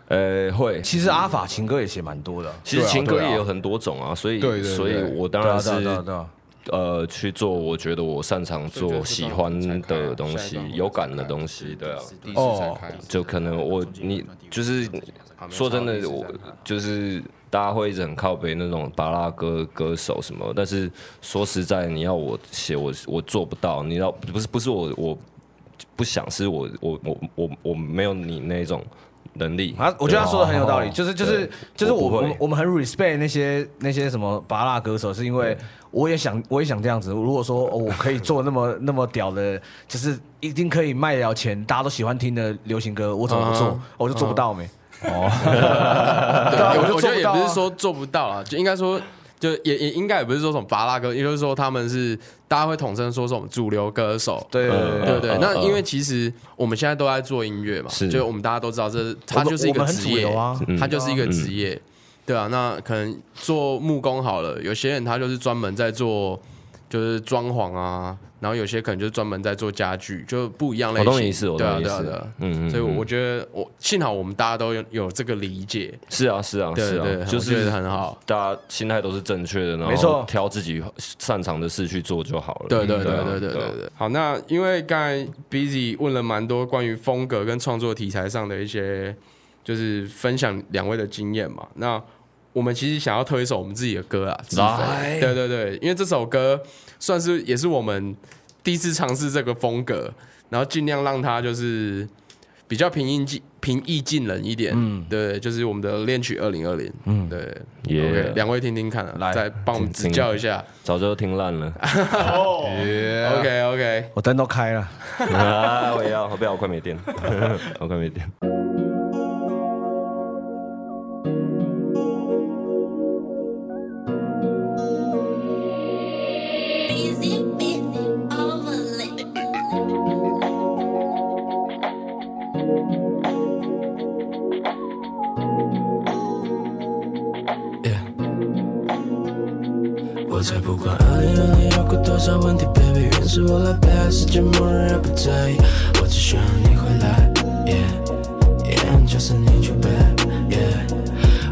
Speaker 3: 呃、会。
Speaker 4: 其实阿法情歌也写蛮多的啊，
Speaker 3: 其实
Speaker 2: 对啊
Speaker 3: 情歌
Speaker 2: 对啊
Speaker 3: 也有很多种啊，所以
Speaker 2: 对对对
Speaker 3: 所以我当
Speaker 4: 对啊
Speaker 3: 然
Speaker 4: 对啊
Speaker 3: 是
Speaker 4: 对啊对啊。
Speaker 3: 呃去做我觉得我擅长
Speaker 1: 所以
Speaker 3: 做、
Speaker 1: 就是
Speaker 3: 喜
Speaker 1: 这种
Speaker 3: 欢
Speaker 1: 才开啊
Speaker 3: 的东
Speaker 1: 下一
Speaker 3: 西
Speaker 1: 段、会
Speaker 3: 有感的
Speaker 1: 才开
Speaker 3: 东西，对啊。
Speaker 1: 第一次才开，
Speaker 3: 就可能我你就是说真的，我就是大家会一直很靠北那种巴拉歌歌手什么，但是说实在，你要我写我我做不到，你要不是不是我我不想，是我我我我我没有你那种能力。
Speaker 4: 啊，我觉得他说的很有道理，
Speaker 3: 对
Speaker 4: 就是就是就是我
Speaker 3: 我不
Speaker 4: 我
Speaker 3: 会
Speaker 4: 们我们很 respect 那些那些什么拔蜡歌手，是因为我也想我也想这样子。如果说、哦、我可以做那么 [LAUGHS] 那么屌的，就是一定可以卖得了钱，大家都喜欢听的流行歌，我怎么不做？
Speaker 1: 嗯
Speaker 4: 我就做不到没？
Speaker 1: 对
Speaker 4: 啊我就
Speaker 1: 我
Speaker 4: 做
Speaker 1: 觉
Speaker 4: 不
Speaker 1: 得也
Speaker 4: 到
Speaker 1: 不
Speaker 4: 啊
Speaker 1: 是说做不到啊，就应该说，就也也应该也不是说什么拔拉歌，也就是说他们是大家会统称说这种主流歌手。
Speaker 4: 对对对
Speaker 1: 对
Speaker 4: 对
Speaker 1: 对
Speaker 3: 嗯嗯
Speaker 1: 那
Speaker 3: 嗯
Speaker 1: 因为其实我们现在都在做音乐嘛，
Speaker 3: 是嗯
Speaker 1: 就我们大家都知道这，它
Speaker 4: 我们
Speaker 1: 就是一
Speaker 4: 我
Speaker 1: 个
Speaker 4: 们很
Speaker 1: 职业
Speaker 4: 主流啊
Speaker 1: 它就是一个职业，对啊。那可能做木工好了，有些人他就是专门在做就是装潢啊，然后有些可能就是专门在做家具，就不一样类
Speaker 3: 我
Speaker 1: 型。
Speaker 3: 懂你意思，我
Speaker 1: 对
Speaker 3: 懂
Speaker 1: 啊，
Speaker 3: 你意
Speaker 1: 对啊，
Speaker 3: 思
Speaker 1: 对啊。。
Speaker 3: 嗯
Speaker 1: 所以我觉得我幸好我们大家都有有这个理解，
Speaker 3: 是啊，是啊，
Speaker 1: 对
Speaker 3: 是
Speaker 1: 对
Speaker 3: 啊，
Speaker 1: 我
Speaker 3: 就
Speaker 1: 觉
Speaker 3: 是
Speaker 1: 得很好。
Speaker 3: 大家心态都是正确的，然
Speaker 4: 没
Speaker 3: 后
Speaker 4: 错
Speaker 3: 挑自己擅长的事去做就好了。
Speaker 1: 对对
Speaker 3: 啊
Speaker 1: 对对对
Speaker 3: 啊
Speaker 1: 对对。好，那因为刚才 Busy 问了蛮多关于风格跟创作题材上的一些，就是分享两位的经验嘛。那我们其实想要推一首我们自己的歌啊，自费。
Speaker 4: 来
Speaker 1: 对对对，因为这首歌算是也是我们第一次尝试这个风格，然后尽量让它就是比较平易近平易近人一点。嗯，对，就是我们的恋曲二零二零。嗯，对。
Speaker 3: 耶
Speaker 1: OK，两位听听看、啊，
Speaker 4: 来
Speaker 1: 再帮我们指教一下。 [LAUGHS]
Speaker 3: 早就听烂了。
Speaker 1: OK OK。
Speaker 4: 我灯都开了，
Speaker 3: 啊，我也要，不要，我快没电，
Speaker 1: [LAUGHS]
Speaker 3: 我快没电。
Speaker 7: Busy, busy, overly.
Speaker 5: Yeah 我才不管二零二零有过多少问题，baby，原是我来背，世界末日也不在意，我只想要你回来，Yeah，Yeah，就是你就 Babe，Yeah，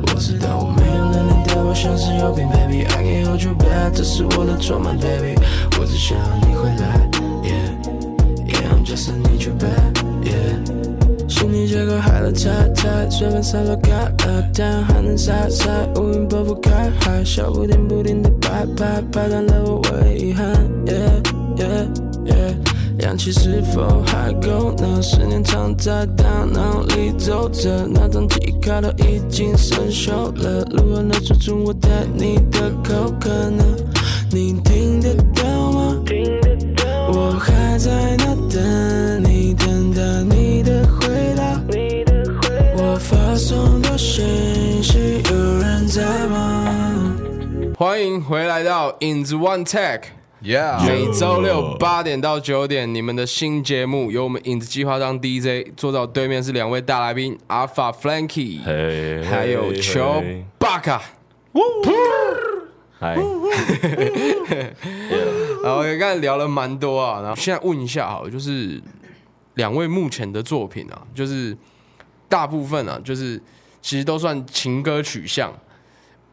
Speaker 5: 我知道我没有能力，但我像是有病，baby，I can hold you back，这是我的筹码，baby，我只想要你回来，Yeah，Yeah，就是你就 Babe，Yeah。心里这个海的太太，水面洒落开了，太阳还能晒晒，乌云拨不开海，笑不停不停的拍拍，拍干了我唯一遗憾。Yeah, yeah, yeah 氧气是否还够呢？思念藏在大脑里走着，那张记忆卡都已经生锈了，如何能说出我对你的口渴呢？你听得到吗？我还在那等你，等待你的回答。我发送的讯息有人在吗？
Speaker 1: 欢迎回来到影子 One Tech，
Speaker 2: Yeah，
Speaker 1: 每周六八点到九点，你们的新节目由我们影子计划当 DJ，坐到对面是两位大来宾阿法 Flanky，
Speaker 3: 嘿
Speaker 1: 还有球
Speaker 3: 嘿
Speaker 1: Baka。
Speaker 3: 嗨，
Speaker 1: 然后刚才聊了蛮多啊，然后现在问一下好了，就是两位目前的作品啊，就是大部分啊，就是其实都算情歌取向。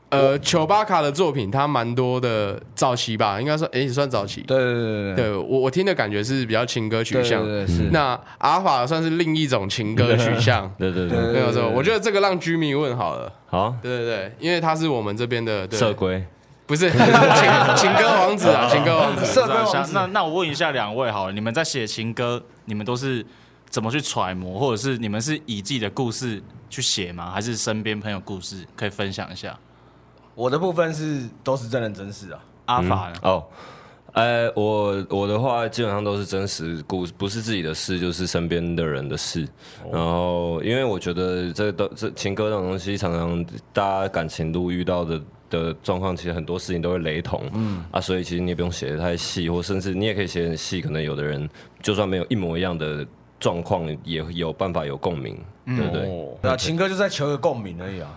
Speaker 1: 呃，丘巴卡的作品，他蛮多的早期吧，应该说，哎、也算早期。
Speaker 4: 对对对对
Speaker 1: 对我我听的感觉是比较情歌取
Speaker 4: 嗯对
Speaker 1: 向。嗯
Speaker 4: 对对是
Speaker 1: 那阿法算是另一种情歌取
Speaker 3: [LAUGHS]。
Speaker 1: 向
Speaker 3: 对对对，
Speaker 1: 没有错，我觉得这个让居民问好了。
Speaker 3: 好，
Speaker 1: 对对对，因为他是我们这边的对
Speaker 3: 社规，
Speaker 1: 不是情情歌王子啊，情歌王子。
Speaker 4: 社会王子
Speaker 6: 那那 [LAUGHS] 我问一下两位好了，你们在写情歌，你们都是怎么去揣摩，或者是你们是以自己的故事去写吗？还是身边朋友故事可以分享一下？
Speaker 4: 我的部分是都是真人真事啊，
Speaker 6: 阿法呢？
Speaker 3: 哦，呃，我我的话基本上都是真实故，不是自己的事，就是身边的人的事。然后，因为我觉得这都这情歌这种东西，常常大家感情路遇到的。的状况其实很多事情都会雷同，嗯啊，所以其实你也不用写的太细，或甚至你也可以写得很细，可能有的人就算没有一模一样的状况，也有办法有共鸣，对不对？
Speaker 2: 哦，
Speaker 4: 对啊，情歌就是在求一个共鸣而已啊。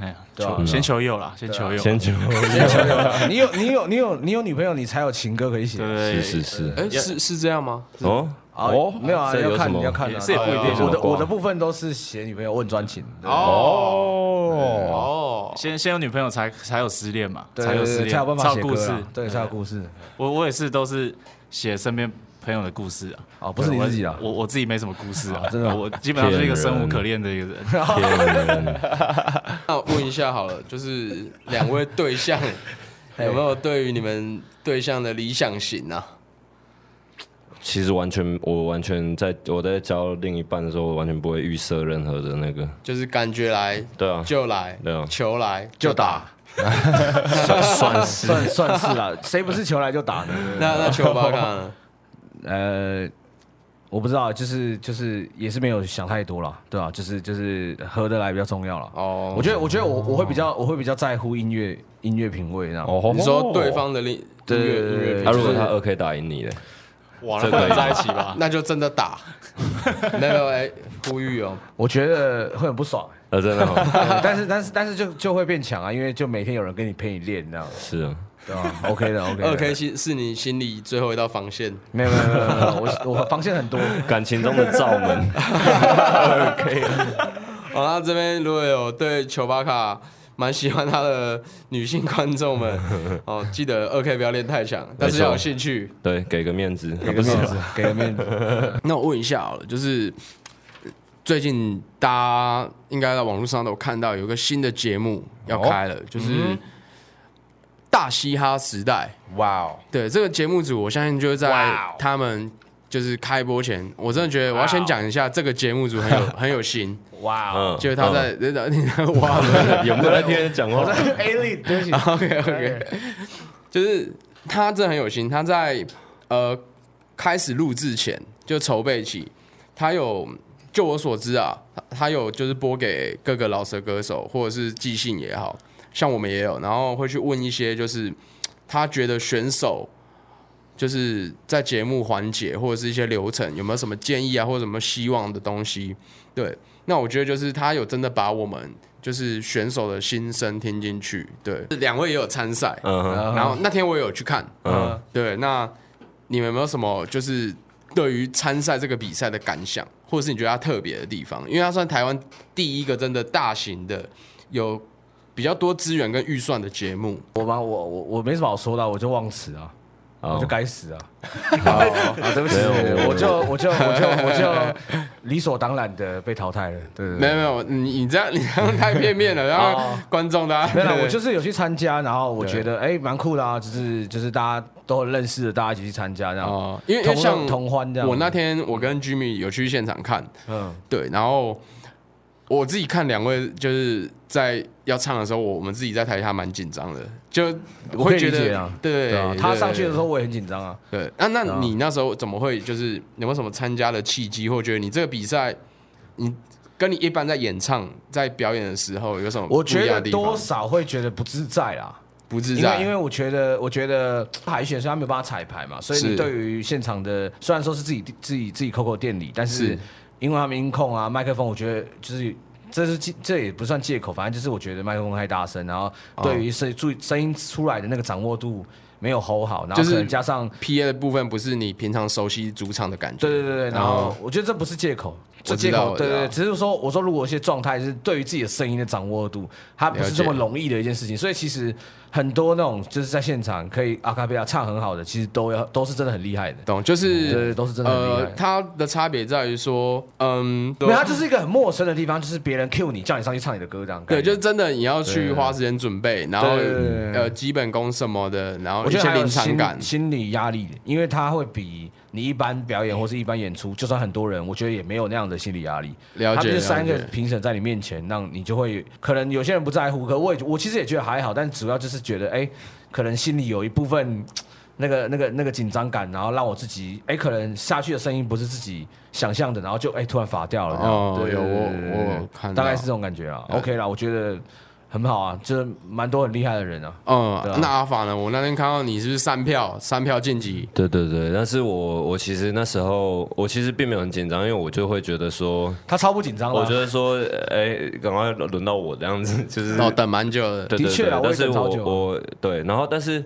Speaker 6: 哎呀，
Speaker 4: 对啊
Speaker 6: 求先求友啦，先求友。
Speaker 3: 先就
Speaker 4: 啊你有你有你有你有女朋友，你才有情歌可以写。
Speaker 3: 是
Speaker 6: 对，
Speaker 3: 是是
Speaker 1: 哎、是是这样吗？
Speaker 3: 哦，
Speaker 4: 哦，没有啊，
Speaker 3: 这有
Speaker 4: 要
Speaker 3: 什么哦
Speaker 4: 看要看啊，
Speaker 6: 这也不一定
Speaker 4: 我的
Speaker 3: 有什么
Speaker 4: 我的部分都是写女朋友问专情的，
Speaker 6: 哦
Speaker 1: 哦哦，
Speaker 6: 先先有女朋友才才有失恋嘛，
Speaker 4: 对
Speaker 6: 才有失恋，
Speaker 4: 才有办法
Speaker 6: 才
Speaker 4: 写歌
Speaker 6: 有故事
Speaker 4: 啊。对，才有故事。
Speaker 6: 我我也是都是写身边朋友的故事啊。
Speaker 4: 哦不是你自己啊
Speaker 6: 我我自己没什么故事啊，
Speaker 4: 真的吗
Speaker 6: 我基本上是一个生无可恋的一个人。 [LAUGHS]
Speaker 3: 天人，
Speaker 1: 那问一下好了，就是两位对象有没有对于你们对象的理想型啊？
Speaker 3: 其实完全，我完全在我在教另一半的时候，我完全不会预设任何的那个，
Speaker 1: 就是感觉来
Speaker 3: 对啊，
Speaker 1: 就来
Speaker 3: 对啊，
Speaker 1: 球来就打。
Speaker 4: 算算算是
Speaker 6: [LAUGHS]
Speaker 4: 啦，谁不是球来就打呢？
Speaker 1: 那那球巴卡呢？
Speaker 4: 呃，我不知道，啊就是就是也是没有想太多了，对吧、啊就是就是合得来比较重要了。
Speaker 1: 哦
Speaker 4: 我觉得我觉得我我会比较我会比较在乎音乐音乐品味这样。
Speaker 2: 哦
Speaker 1: 你说对方的另音
Speaker 4: 对
Speaker 1: 乐
Speaker 4: 对
Speaker 1: 音
Speaker 4: 对
Speaker 1: 乐
Speaker 4: 对
Speaker 1: 品
Speaker 3: 啊，
Speaker 1: 味，
Speaker 3: 如果他二 K 打赢你的，
Speaker 6: 哇，
Speaker 3: 这
Speaker 6: 那
Speaker 3: 可以
Speaker 6: 不能在一起吧？
Speaker 1: [LAUGHS] 那就真的打。没有哎，呼吁哦，
Speaker 4: 我觉得会很不爽、
Speaker 3: 呃，真的 [LAUGHS] 哦
Speaker 4: 对但是但是但是就就会变强啊，因为就每天有人跟你陪你练，你知道吗？
Speaker 3: 是啊，
Speaker 4: 对吧、o k 的 OK 的。
Speaker 1: 二 K 是是你心里最后一道防线。
Speaker 4: 没有没有没有没有，我我防线很多。
Speaker 3: 感情中的罩 [LAUGHS] 门，
Speaker 1: 好，那这边如果有对球巴卡蛮喜欢他的女性观众们，哦，记得二 K 不要练太强，但是要有兴趣。
Speaker 3: 对，给个面子，
Speaker 4: 给个面子，给个面子。
Speaker 1: 那我问一下好了，就是呃最近大家应该在网络上都有看到有个新的节目要开了，就是大嘻哈时代。
Speaker 2: 哇哦，
Speaker 1: 对这个节目组，我相信就是在他们就是开播前，我真的觉得我要先讲一下这个节目组很有 [LAUGHS] 很有心，
Speaker 4: 哇哦，
Speaker 3: 嗯
Speaker 1: 就是他在你在你在挖我 [LAUGHS]
Speaker 3: 嗯有没有在听人讲话？
Speaker 4: A 力，对不起。
Speaker 1: OK OK，就是他真的很有心，他在呃开始录制前就筹备期，他有就我所知啊，他他有就是播给各个老舌歌手或者是寄信也好像我们也有，然后会去问一些就是他觉得选手。就是在节目环节或者是一些流程有没有什么建议啊，或者什么希望的东西？对，那我觉得就是他有真的把我们就是选手的心声听进去。对，两位也有参赛，
Speaker 3: [LAUGHS] 嗯哼，
Speaker 1: 然后那天我也有去看。
Speaker 3: 嗯
Speaker 1: 嗯，对，那你们有没有什么就是对于参赛这个比赛的感想，或者是你觉得它特别的地方？因为它算台湾第一个真的大型的有比较多资源跟预算的节目。
Speaker 4: 我吗？我我我没什么好说的啊，我就忘词啊，我就该死啊。啊，对不起，
Speaker 3: 没有
Speaker 4: 对对对
Speaker 3: 我
Speaker 4: 我就我就我就我就理所当然的被淘汰了，对对对。
Speaker 1: 没有没有，你你这样你这样太片面了，
Speaker 4: [LAUGHS]
Speaker 1: 然后
Speaker 4: 哦
Speaker 1: 观众大家
Speaker 4: 没有啦，我就是有去参加，然后我觉得哎蛮酷的啊，就是就是大家都认识的，大家一起去参加这样。
Speaker 1: 哦，因为因为
Speaker 4: 同
Speaker 1: 像
Speaker 4: 同欢这样
Speaker 1: 我那天我跟 Jimmy 有去现场看，
Speaker 4: 嗯，
Speaker 1: 对，然后我自己看两位就是在要唱的时候，我们自己在台下蛮紧张的，就
Speaker 4: 我可以
Speaker 1: 会觉
Speaker 4: 理解
Speaker 1: 得
Speaker 4: 啊。
Speaker 1: 对
Speaker 4: 对啊，
Speaker 1: 对
Speaker 4: 他上去的时候我也很紧张啊。
Speaker 1: 对，那那你那时候怎么会就是有没有什么参加的契机，或觉得你这个比赛，你跟你一般在演唱在表演的时候有什么
Speaker 4: 我
Speaker 1: 不
Speaker 4: 觉
Speaker 1: 一样的
Speaker 4: 得
Speaker 1: 地
Speaker 4: 多
Speaker 1: 方？
Speaker 4: 少会觉得不自在啦，
Speaker 1: 不自
Speaker 4: 因
Speaker 1: 在，
Speaker 4: 为因为我觉得，我觉得海选虽然没有办法彩排嘛，所以你
Speaker 1: 是
Speaker 4: 对于现场的虽然说是自己自己自己 COCO 店里，但是
Speaker 1: 是
Speaker 4: 因为他们音控啊、麦克风，我觉得就是这是借这也不算
Speaker 1: 哦
Speaker 4: 借口，反正就是我觉得麦克风太大声，然后对于声注意声音出来的那个掌握度没有 hold 好，然后
Speaker 1: 就是
Speaker 4: 可能加上
Speaker 1: P A 的部分不是你平常熟悉主场的感觉。
Speaker 4: 对对对对，然
Speaker 1: 然
Speaker 4: 后
Speaker 1: 后
Speaker 4: 我觉得这不是借口，
Speaker 1: 哦
Speaker 4: 这
Speaker 1: 我
Speaker 4: 借
Speaker 1: 知道
Speaker 4: 口对
Speaker 1: 我
Speaker 4: 对，
Speaker 1: 知道
Speaker 4: 对只是说我说如果有些状态是对于自己的声音的掌握度，它不
Speaker 1: 了
Speaker 4: 是
Speaker 1: 解
Speaker 4: 这么容易的一件事情，所以其实很多那种就是在现场可以阿卡贝拉唱很好的，其实都要都是真的很厉害的，
Speaker 1: 懂，就是
Speaker 4: 对对都是真的很厉害
Speaker 1: 呃，它的差别在于说，嗯，
Speaker 4: 没有，它就是一个很陌生的地方，就是别人 cue 你叫你上去唱你的歌这样的
Speaker 1: 对，
Speaker 4: 感觉，
Speaker 1: 就是真的你要去花时间准备，然后
Speaker 4: 对对对对对
Speaker 1: 呃基本功什么的，然后
Speaker 4: 我
Speaker 1: 一
Speaker 4: 觉得
Speaker 1: 些
Speaker 4: 还有
Speaker 1: 临场
Speaker 4: 心
Speaker 1: 感。
Speaker 4: 心理压力，因为它会比你一般表演或是一般演出，就算很多人，我觉得也没有那样的心理压力。
Speaker 1: 了解
Speaker 4: 他们就三个
Speaker 1: 了解
Speaker 4: 评审在你面前，让你就会可能有些人不在乎，可我也我其实也觉得还好，但主要就是觉得哎、可能心里有一部分。那个、那个、那个紧张感，然后让我自己，哎，可能下去的声音不是自己想象的，然后就哎突然乏掉了。这样
Speaker 1: 哦
Speaker 4: 对
Speaker 1: 有
Speaker 4: 对
Speaker 1: 我
Speaker 4: 对对对
Speaker 1: 我
Speaker 4: 对
Speaker 1: 有看
Speaker 4: 大概
Speaker 1: 到
Speaker 4: 是这种感觉啊。OK 啦，我觉得很好啊，就是蛮多很厉害的人啊。
Speaker 1: 嗯
Speaker 4: 对啊，
Speaker 1: 那阿法呢？我那天看到你是不是三票，三票晋级，
Speaker 3: 对对对，但是我我其实那时候我其实并没有很紧张，因为我就会觉得说，
Speaker 4: 他超不紧张了啊，
Speaker 3: 我觉得说，哎、赶快轮到我这样子，就是
Speaker 1: 然后等蛮久了。
Speaker 3: 对
Speaker 4: 的
Speaker 3: 对
Speaker 4: 确
Speaker 3: 对
Speaker 4: 啊我也
Speaker 3: 但是
Speaker 4: 等超
Speaker 3: 我
Speaker 4: 久啊
Speaker 3: 我对，然后但是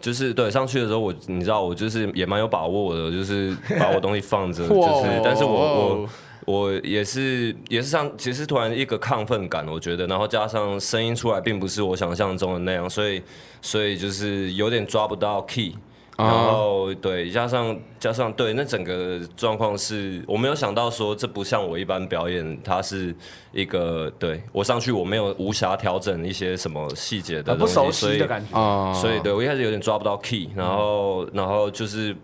Speaker 3: 就是对上去的时候我，你知道我就是也蛮有把握的，就是把我东西放
Speaker 4: [LAUGHS]
Speaker 3: 着，就是
Speaker 1: 哇，
Speaker 3: 但是我
Speaker 1: 哇
Speaker 3: 我。我也是，也是上，其实突然一个亢奋感，我觉得，然后加上声音出来并不是我想象中的那样，所以，所以就是有点抓不到 key，然
Speaker 1: 哦啊
Speaker 3: 后对，加上加上对，那整个状况是我没有想到说这不像我一般表演，它是一个对我上去我没有无暇调整一些什么细节的
Speaker 4: 很不
Speaker 3: 东西，
Speaker 4: 熟
Speaker 3: 所
Speaker 4: 悉
Speaker 3: 以
Speaker 4: 的感觉。
Speaker 1: 哦
Speaker 3: 嗯
Speaker 1: 嗯
Speaker 3: 所以对我一开始有点抓不到 key，然后然后就是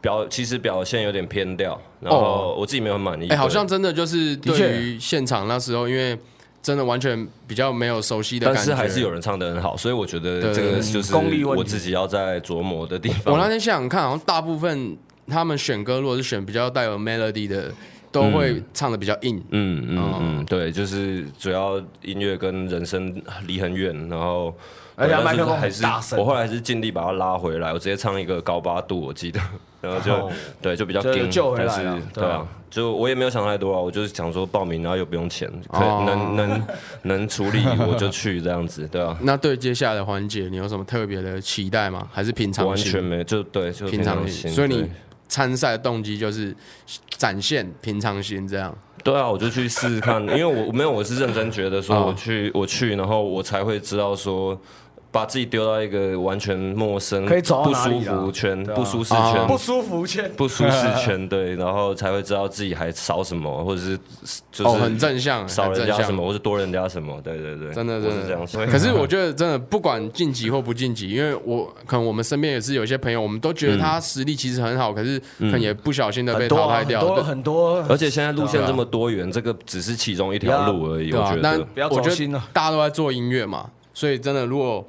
Speaker 3: 表其实表现有点偏掉，然后我自己没有很满意。
Speaker 1: 哎、好
Speaker 3: 对
Speaker 1: 像真的就是
Speaker 4: 确
Speaker 1: 对于现场那时候，因为真的完全比较没有熟悉的
Speaker 3: 但
Speaker 1: 感觉。
Speaker 3: 是还是有人唱的很好，所以我觉得
Speaker 1: 对
Speaker 3: 这个就是
Speaker 4: 功力问题
Speaker 3: 我自己要在琢磨的地
Speaker 1: 我那
Speaker 3: 方。
Speaker 1: 天现场看，好像大部分他们选歌，如果是选比较带有 melody 的，都会唱的比较硬。
Speaker 3: 嗯
Speaker 4: 哦
Speaker 3: 嗯嗯，对，就是主要音乐跟人生离很远，然后
Speaker 4: 而且
Speaker 3: 对
Speaker 4: 麦克风
Speaker 3: 但是
Speaker 4: 很大
Speaker 3: 还是
Speaker 4: 声
Speaker 3: 我后来还是尽力把它拉回来，我直接唱一个高八度，我记得， [LAUGHS] 然后就对就比较
Speaker 4: 哦就
Speaker 3: 硬，
Speaker 4: 救回来
Speaker 3: 但是
Speaker 4: 了对
Speaker 3: 对
Speaker 4: 啊
Speaker 3: 啊，就我也没有想太多啊，我就是想说报名，然后又不用钱，可
Speaker 1: 哦
Speaker 3: 能能能处理我就去这样子，对
Speaker 4: [LAUGHS]
Speaker 3: 啊，
Speaker 1: 那对接下来的环节，你有什么特别的期待吗？还是平常
Speaker 3: 完
Speaker 1: 心？
Speaker 3: 全没就对就
Speaker 1: 平常心。
Speaker 3: 心，
Speaker 1: 所以
Speaker 3: 对
Speaker 1: 你参赛的动机就是展现平常心，这样。
Speaker 3: 对啊，我就去试
Speaker 1: [LAUGHS]
Speaker 3: 试看，因为我我没有，我是认真觉得说
Speaker 1: 哦
Speaker 3: 我去我去，然后我才会知道说。把自己丢到一个完全陌生、
Speaker 4: 可以走到
Speaker 3: 不
Speaker 4: 哪里
Speaker 3: 舒
Speaker 4: 啊
Speaker 3: 服圈、
Speaker 4: 对啊
Speaker 3: 不舒适
Speaker 1: 啊
Speaker 3: 圈、
Speaker 4: 不舒服，欠
Speaker 3: 不舒适
Speaker 1: [LAUGHS]
Speaker 3: 圈，对，然后才会知道自己还少什么，或者是就是、
Speaker 1: 哦，很正向，
Speaker 3: 少
Speaker 1: 很
Speaker 3: 人
Speaker 1: 正
Speaker 3: 家
Speaker 1: 向
Speaker 3: 什么，或是多人家什么，对对对，
Speaker 1: 真的
Speaker 3: 我
Speaker 1: 真
Speaker 3: 是这样
Speaker 1: 的
Speaker 3: 想。。
Speaker 1: 可是我觉得真的不管晋级或不晋级，因为我可能我们身边也是有一些朋友，我们都觉得他实力其实很好，可是可能也不小心的被
Speaker 4: 很多
Speaker 1: 淘
Speaker 4: 啊
Speaker 1: 汰
Speaker 3: 嗯
Speaker 4: 很
Speaker 1: 掉。
Speaker 4: 多
Speaker 1: 对
Speaker 4: 很多，
Speaker 3: 而且现在路线这么多元，这个只是其中一条路而已，
Speaker 1: 对
Speaker 3: 我
Speaker 1: 啊
Speaker 3: 觉，
Speaker 1: 那
Speaker 3: 得。
Speaker 4: 不要
Speaker 1: 我
Speaker 4: 走
Speaker 1: 觉
Speaker 4: 心
Speaker 1: 得
Speaker 4: 啊
Speaker 1: 大家都在做音乐嘛，所以真的如果，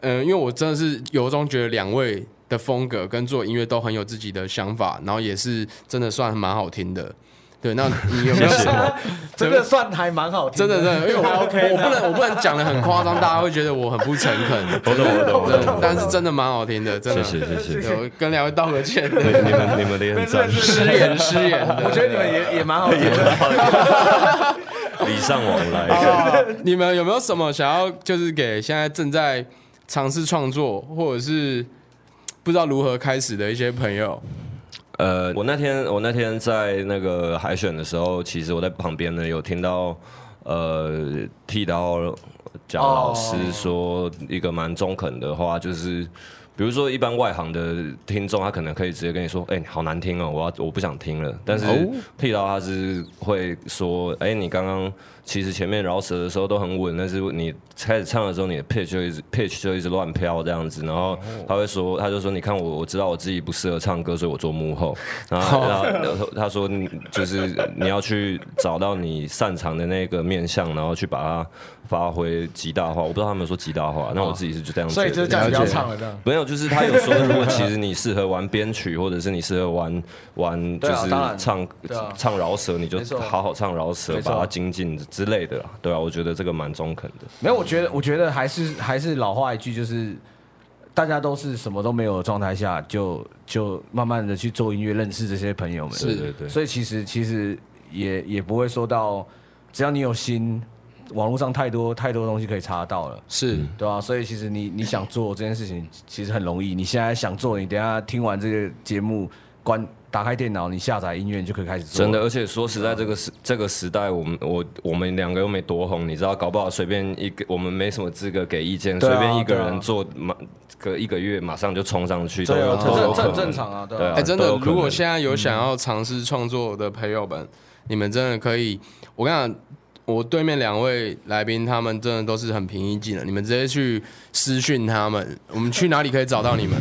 Speaker 1: 嗯、因为我真的是由衷觉得两位的风格跟做音乐都很有自己的想法，然后也是真的算蛮好听的。对，那你有没有什么？
Speaker 4: 真的算还蛮好听，
Speaker 1: [LAUGHS] 真的真的，因为我我不能我不能讲的很夸张，大家会觉得我很不诚恳。 [LAUGHS] 我懂我懂我懂，但是真的蛮好听的，真
Speaker 3: 谢
Speaker 1: 的。
Speaker 3: 谢谢谢，
Speaker 1: 对我跟两位道个歉，
Speaker 3: 你你们你们的也很
Speaker 1: [LAUGHS]
Speaker 3: 赞，
Speaker 1: 失言失言的。
Speaker 4: 我觉得你们也也蛮好听的。
Speaker 3: 礼尚往
Speaker 1: 啊
Speaker 3: 来。
Speaker 1: 你们有没有什么想要，就是给现在正在尝试创作，或者是不知道如何开始的一些朋友？
Speaker 3: 呃，我那天我那天在那个海选的时候，其实我在旁边呢有听到呃剃刀蒋老师说一个蛮中肯的话，就是。比如说，一般外行的听众，他可能可以直接跟你说：“哎、你好难听哦，我要我不想听了。”但是剃刀他是会说：“哎、你刚刚其实前面饶舌的时候都很稳，但是你开始唱的时候，你的 pitch 就一直 pitch 就一直乱飘这样子。”然后他会说：“他就说，你看我我知道我自己不适合唱歌，所以我做幕后。”然后然后然后呃他说：“你就是你要去找到你擅长的那个面向，然后去把它发挥极大化。”我不知道他们说极大化，那我自己是就这样觉
Speaker 4: 所
Speaker 3: 得。
Speaker 4: 以就是叫你不要唱了，这样。
Speaker 3: 没有，就是他有说，如果其实你适合玩编曲，或者是你适合玩玩，
Speaker 4: 对
Speaker 3: 就
Speaker 4: 啊
Speaker 3: 是
Speaker 4: 当然
Speaker 3: 唱、
Speaker 4: 对啊
Speaker 3: 唱饶舌，你就
Speaker 4: 没错
Speaker 3: 好好唱饶舌
Speaker 4: 没，错
Speaker 3: 把它精进之类的啦。对啊，我觉得这个蛮中肯的。
Speaker 4: 没有，我觉得我觉得还是还是老话一句，就是大家都是什么都没有的状态下，就就慢慢的去做音乐，认识这些朋友们。
Speaker 1: 是
Speaker 3: 对对对，
Speaker 4: 所以其实其实也也不会说到，只要你有心，网络上太多太多东西可以查得到了。
Speaker 1: 是
Speaker 4: 对啊，所以其实你你想做这件事情其实很容易，你现在想做，你等一下听完这个节目，关打开电脑，你下载音乐，你就可以开始做。
Speaker 3: 真的，，而且说实在，这个时这个时代，我们我我们两个又没多红，你知道，搞不好随便一个，我们没什么资格给意见，
Speaker 4: 对
Speaker 3: 随
Speaker 4: 啊
Speaker 3: 便一个
Speaker 4: 对啊
Speaker 3: 人做马隔一个月，马上就冲上去，
Speaker 4: 对啊，
Speaker 3: 都有可
Speaker 4: 这
Speaker 3: 能
Speaker 4: 这正常啊，对
Speaker 3: 对
Speaker 4: 啊
Speaker 3: 啊
Speaker 1: 哎、真
Speaker 3: 都
Speaker 1: 的
Speaker 3: 有，可能
Speaker 1: 如果现在有想要尝试创作的朋友们，你们真的可以，我跟你讲，我对面两位来宾他们真的都是很平易近人，你们直接去私讯他们，我们去哪里可以找到
Speaker 3: [LAUGHS]
Speaker 1: 你们？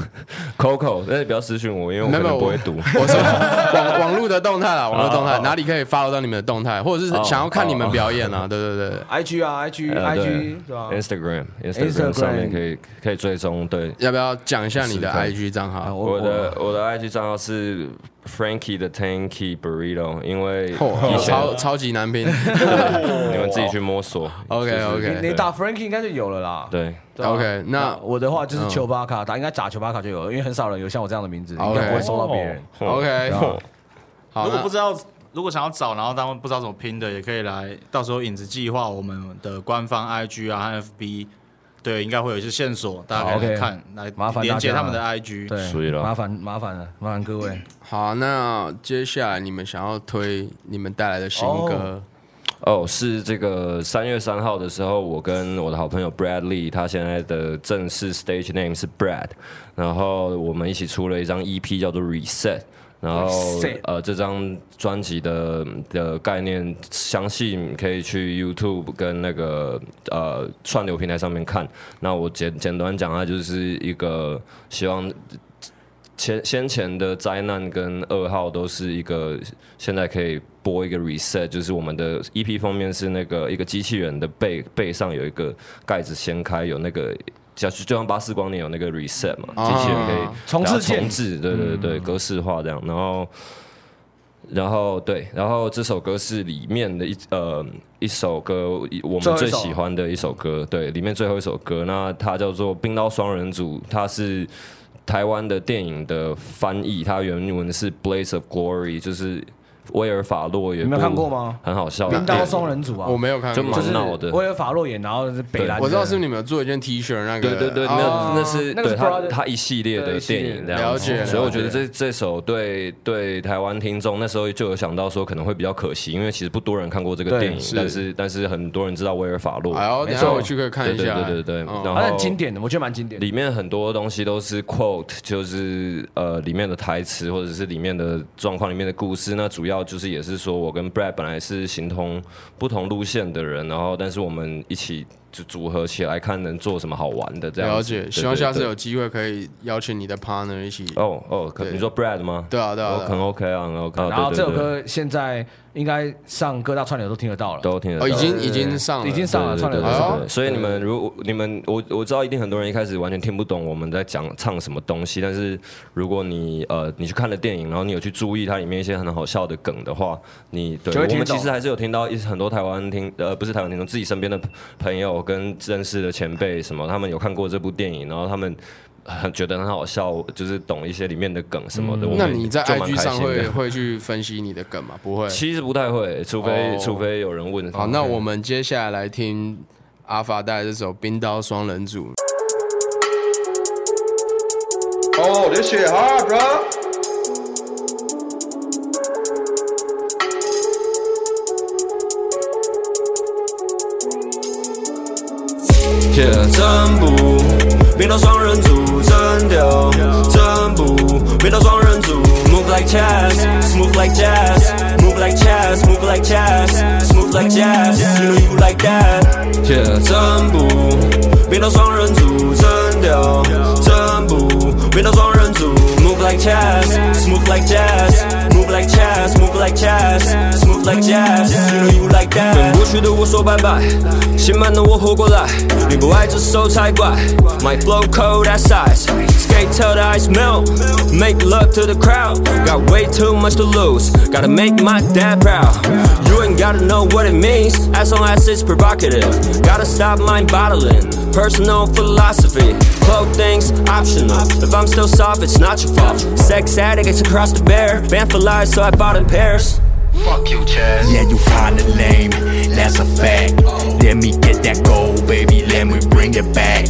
Speaker 3: Coco，但是不要私讯我，因为我
Speaker 1: 没
Speaker 3: 可
Speaker 1: 有没有
Speaker 3: 能不
Speaker 1: 我
Speaker 3: 会读。
Speaker 4: [LAUGHS]
Speaker 1: 我说网网络的动态啦，网络
Speaker 3: 哦
Speaker 1: 动态哪里可以 follow 到你们的动态，或者是想要看你们表
Speaker 3: 哦
Speaker 1: 演啊？对对对，
Speaker 4: ，IG 啊，IG
Speaker 3: 呃对
Speaker 4: IG 对吧？
Speaker 3: Instagram
Speaker 4: Instagram
Speaker 3: Instagram 上面可以可以追踪，对。
Speaker 1: 要不要讲一下你的
Speaker 3: 是可以
Speaker 1: IG 账
Speaker 4: 啊
Speaker 1: 号？
Speaker 3: 我的我的 IG 账号是 Frankie 的 Tanky Burrito，因为以
Speaker 1: 嚯，
Speaker 3: 前
Speaker 1: 超超级难拼。
Speaker 3: 你们自己去摸索。
Speaker 1: OK
Speaker 4: 你
Speaker 1: OK
Speaker 4: 你打 Frankie 应该就有了啦。
Speaker 3: 对，
Speaker 4: 对啊
Speaker 1: OK，那
Speaker 4: 我的话就是丘巴卡，打应该打丘巴卡就有了，因为很少人有像我这样的名字，
Speaker 1: OK
Speaker 4: 应该不会搜到别人。
Speaker 3: 哦
Speaker 1: OK 好，
Speaker 6: 如果
Speaker 1: 那
Speaker 6: 不知道，如果想要找，然后他们不知道怎么拼的，也可以来，到时候影子计划我们的官方 IG 啊和 FB，对，应该会有一些线索，大家可以来
Speaker 4: OK
Speaker 6: 看，来
Speaker 4: 麻烦大家
Speaker 6: 连接他们的 IG。
Speaker 4: 对，
Speaker 3: 所以咯
Speaker 4: 麻烦麻烦了，麻烦各位。
Speaker 1: 好，那接下来你们想要推你们带来的新歌，
Speaker 3: 哦，是这个三月三号的时候，我跟我的好朋友 Bradley，他现在的正式 stage name 是 Brad，然后我们一起出了一张 EP 叫做 Reset。然后
Speaker 4: Reset
Speaker 3: 呃，这张专辑的的概念，详细可以去 YouTube 跟那个呃串流平台上面看。那我简简单讲，它啊就是一个希望前先前的灾难跟噩耗都是一个，现在可以播一个 reset，就是我们的 EP 封面是那个一个机器人的背背上有一个盖子掀开，有那个像就像巴斯光年有那个 reset 嘛，
Speaker 1: 啊
Speaker 3: 机器人可以
Speaker 4: 重置
Speaker 3: 把它
Speaker 4: 键
Speaker 3: 重置，对对对，格式化这样，然
Speaker 4: 嗯
Speaker 3: 后。然后对，然后这首歌是里面的一呃一首歌，一我
Speaker 4: 最
Speaker 3: 们
Speaker 4: 后一
Speaker 3: 最
Speaker 4: 首
Speaker 3: 喜欢的一首歌，对，里面最后一首歌，那它叫做《冰刀双人组》，它是台湾的电影的翻译，它原文是《Blaze of Glory》，就是威尔法洛有一
Speaker 4: 你
Speaker 3: 部
Speaker 4: 没有看过吗？
Speaker 3: 很好笑的
Speaker 4: 冰刀
Speaker 3: 电影
Speaker 4: 双人组啊，
Speaker 1: 我没有看
Speaker 3: 就
Speaker 1: 过
Speaker 3: 蛮，
Speaker 4: 就是
Speaker 3: 闹的
Speaker 4: 威尔法洛演，然后是北兰的，
Speaker 1: 我知道是不是你们有做一件 T 恤那个，
Speaker 3: 对对对，
Speaker 1: 哦
Speaker 3: 那那是
Speaker 4: 那
Speaker 3: 对
Speaker 4: 个是
Speaker 3: 他
Speaker 4: Brother-
Speaker 3: 他一系列
Speaker 4: 对
Speaker 3: 的
Speaker 4: 一系列
Speaker 3: 电影这样
Speaker 1: 了解
Speaker 3: 子，
Speaker 1: 了
Speaker 3: 所以我觉得
Speaker 1: 解
Speaker 3: 这这首对对台湾听众那时候就有想到说可能会比较可惜，因为其实不多人看过这个
Speaker 4: 对
Speaker 3: 电影
Speaker 1: 是，
Speaker 3: 但是但是很多人知道威尔法洛，
Speaker 1: 哎呦，
Speaker 4: 没
Speaker 1: 等一
Speaker 4: 错
Speaker 1: 下回去可以看
Speaker 3: 对
Speaker 1: 一
Speaker 3: 对
Speaker 1: 下，
Speaker 3: 对对对，
Speaker 1: 哦
Speaker 3: 然后
Speaker 4: 它很经典的，我觉得蛮经典的。
Speaker 3: 里面很多东西都是 quote，就是呃里面的台词或者是里面的状况、里面的故事。那主要就是也是说我跟 Brad 本来是行通不同路线的人，然后但是我们一起就组合起来看能做什么好玩的这样子。
Speaker 1: 了解，
Speaker 3: 对
Speaker 1: 希望
Speaker 3: 对
Speaker 1: 下次
Speaker 3: 对
Speaker 1: 有机会可以邀请你的 partner 一起，
Speaker 3: 哦哦，可
Speaker 1: 对
Speaker 3: 你说 Brad 吗？
Speaker 1: 对啊对啊
Speaker 3: 哦，很 OK 啊，很 OK 啊。
Speaker 4: 然后
Speaker 3: 对对
Speaker 4: 这首
Speaker 3: 对
Speaker 4: 歌现在应该上各大串流都听得到了，
Speaker 3: 都听得到，
Speaker 1: 哦，已经
Speaker 4: 对
Speaker 1: 已经上了，
Speaker 4: 已经上了
Speaker 3: 对
Speaker 4: 串
Speaker 3: 对
Speaker 4: 流
Speaker 3: 对
Speaker 4: 都上
Speaker 1: 哎
Speaker 3: 对
Speaker 1: 呦
Speaker 4: 了
Speaker 3: 对，。所以你们如你们我我知道一定很多人一开始完全听不懂我们在讲唱什么东西，但是如果你呃你去看了电影，然后你有去注意它里面一些很好笑的梗的话，你对
Speaker 4: 就会
Speaker 3: 我
Speaker 4: 听
Speaker 3: 们
Speaker 4: 懂
Speaker 3: 其实还是有听到一很多台湾听呃不是台湾听众自己身边的朋友跟认识的前辈什么，他们有看过这部电影，然后他们。很觉得很好笑，就是懂一些里面的梗什么的。我
Speaker 1: 那
Speaker 3: 们
Speaker 1: 你在
Speaker 3: 就蛮
Speaker 1: IG
Speaker 3: 开
Speaker 1: 上
Speaker 3: 心的
Speaker 1: 会会去分析你的梗吗？不会。
Speaker 3: 其实不太会，除非、
Speaker 1: 哦
Speaker 3: 除非有人问。
Speaker 1: 好，那我们接下来来听阿法带来这首《冰刀双人组》。
Speaker 8: Oh, this shit hard, bro.
Speaker 5: 铁针补，冰刀双人组针雕，针补，冰刀双人组，move like chess，move like jazz，move like chess，move like chess，move like jazz，you know you like that。铁针补，冰刀双人组针雕，针补，冰刀双人组，move like chess，move like jazz，move like chess，move like chess，move like jazz，you know you like that。跟过去的我说拜拜，新版的我活过来，你不爱这首才怪。My flow cold as ice, skate till the ice melt. Make love to the crowd, got way too much to lose. Gotta make my dad proud. You ain't gotta know what it means, as long as it's provocative. Gotta stop mind bottling, personal philosophy. Clothing's optional. If I'm still soft, it's not your fault. Sex addict, it's across the bear. Banned for life, so I bought in pairs.
Speaker 8: Fuck you, Chad.
Speaker 9: Yeah, you kinda lame, that's a fact. Let me get that gold, baby, let me bring it back.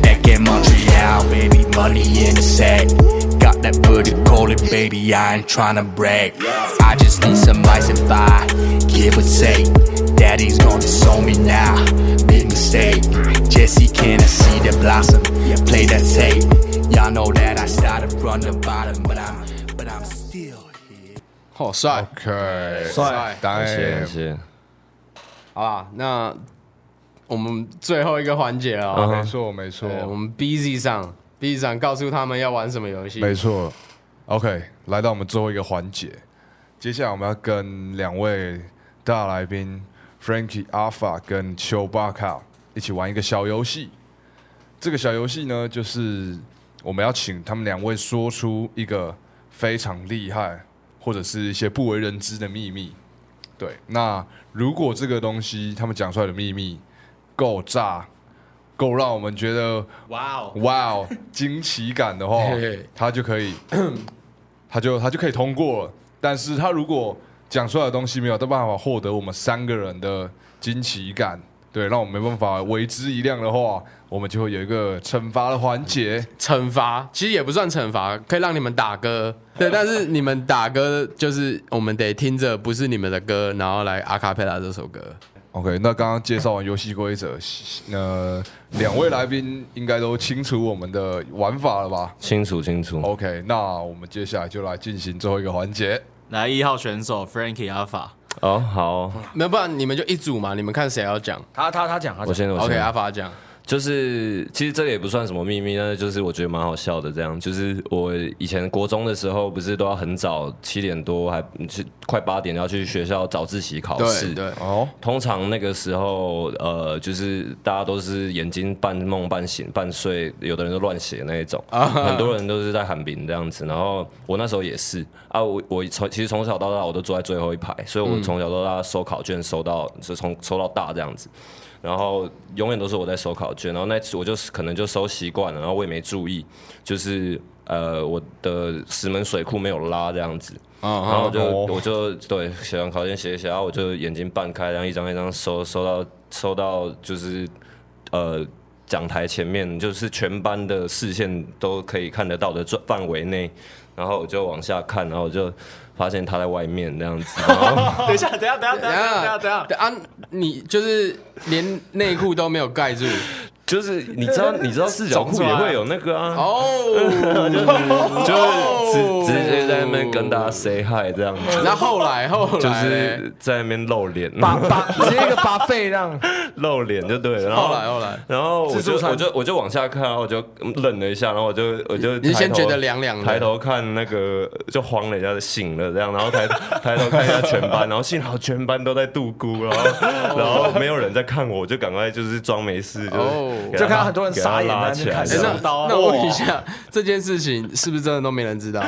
Speaker 9: Back in Montreal, baby, money in the sack. Got that booty, call it, baby, I ain't tryna brag. I just need some ice and buy, give or take. Daddy's gonna disown me now, big mistake. Jesse, can I see the blossom? Yeah, play that tape. Y'all know that I started from the bottom, but I'm, but I'm still here.
Speaker 1: 好帅，
Speaker 2: OK，
Speaker 1: 帅
Speaker 2: 当
Speaker 3: 谢谢
Speaker 2: 然
Speaker 3: 谢谢。
Speaker 1: 好吧，那我们最后一个环节了哦，
Speaker 2: 没错没
Speaker 3: 哎
Speaker 2: 错
Speaker 1: 对，我们 BZ 上，BZ 上告诉他们要玩什么游戏，
Speaker 2: 没错。OK，来到我们最后一个环节，接下来我们要跟两位大来宾 Frankie Alpha 跟丘巴卡一起玩一个小游戏。这个小游戏呢，就是我们要请他们两位说出一个非常厉害或者是一些不为人知的秘密。对，那如果这个东西他们讲出来的秘密够炸，够让我们觉得
Speaker 6: 哇哦，
Speaker 2: 哇哦，惊奇感的话
Speaker 1: 嘿嘿，
Speaker 2: 他就可以， [CLEARS THROAT] 他就他就可以通过了。但是他如果讲出来的东西没有办法获得我们三个人的惊奇感，对，让我们没办法为之一亮的话，我们就会有一个惩罚的环节。
Speaker 1: 惩罚其实也不算惩罚，可以让你们打歌，对，但是你们打歌就是我们得听着不是你们的歌，然后来阿卡贝拉这首歌，
Speaker 2: OK，那刚刚介绍完游戏规则，呃，两位来宾应该都清楚我们的玩法了吧
Speaker 3: 清楚清楚。
Speaker 1: 哦
Speaker 2: ？OK，那我们接下来就来进行最后一个环节。
Speaker 6: 来一号选手 Frankie Alpha，
Speaker 3: 哦，好哦
Speaker 1: 那不然你们就一组嘛，你们看谁要讲
Speaker 4: 他他他讲，他
Speaker 3: 我
Speaker 4: 讲，
Speaker 3: 先哦我
Speaker 1: ，OK，啊
Speaker 3: 先
Speaker 1: 阿。法讲，
Speaker 3: 就是其实这个也不算什么秘密，但是就是我觉得蛮好笑的。这样就是我以前国中的时候，不是都要很早七点多，还是快八点要去学校早自习考
Speaker 1: 对
Speaker 3: 试。
Speaker 1: 对，
Speaker 2: 哦，
Speaker 3: 通常那个时候，呃，就是大家都是眼睛半梦半醒、半睡，有的人就乱写那一种，很多人都是在喊名这样子。然后我那时候也是啊，我我从其实从小到大我都坐在最后一排，所以我从小到大收考卷收到是从收到大这样子。然后永远都是我在收考卷，然后那次我就是可能就收习惯了，然后我也没注意，就是呃我的石门水库没有拉这样子，然后我就、
Speaker 2: 哦
Speaker 3: 我就对写完考卷写一写，然后我就眼睛半开，然后一张一张收，收到收到就是呃讲台前面，就是全班的视线都可以看得到的状范围内，然后我就往下看，然后我就发现他在外面这样子，然后
Speaker 6: 等一下，等一下，等一下，等一下，等一下，等一下，
Speaker 1: 啊，你就是连内裤都没有盖
Speaker 6: [LAUGHS]
Speaker 1: 住，
Speaker 3: 就是你知道你知道四角裤也会有那
Speaker 1: [LAUGHS]
Speaker 3: 个啊，
Speaker 1: 哦，
Speaker 3: 就是直直接在那边跟大家 say hi 这样子，
Speaker 1: 那后来后
Speaker 3: 就
Speaker 1: 来嘞，
Speaker 3: 是在那边露脸，
Speaker 4: 把把 [LAUGHS]
Speaker 3: [LAUGHS]
Speaker 4: 直接一个把肺让，
Speaker 3: 露脸就对了，然
Speaker 1: 后
Speaker 3: 后
Speaker 1: 来后来，
Speaker 3: 然后我
Speaker 4: 自助
Speaker 3: 就
Speaker 4: 餐
Speaker 3: 我就我就往下看，然后我就嗯愣了一下，然后我就我就
Speaker 1: 你先
Speaker 3: 抬头
Speaker 1: 觉得凉凉的
Speaker 3: 抬头看那个就慌了一下，醒了这样，然后抬抬头看一下全班，然后幸好全班都在度孤，然后然后没有人在看我，我就赶快就是装没事，就
Speaker 1: 哦
Speaker 3: 是给他
Speaker 4: 就看到很多人
Speaker 3: 给他
Speaker 4: 傻眼
Speaker 3: 拉
Speaker 4: 在那边
Speaker 3: 起来
Speaker 4: 看
Speaker 3: 这
Speaker 1: 哎那
Speaker 3: 样。
Speaker 1: 那我问一下，这件事情是不是真的都没人知道？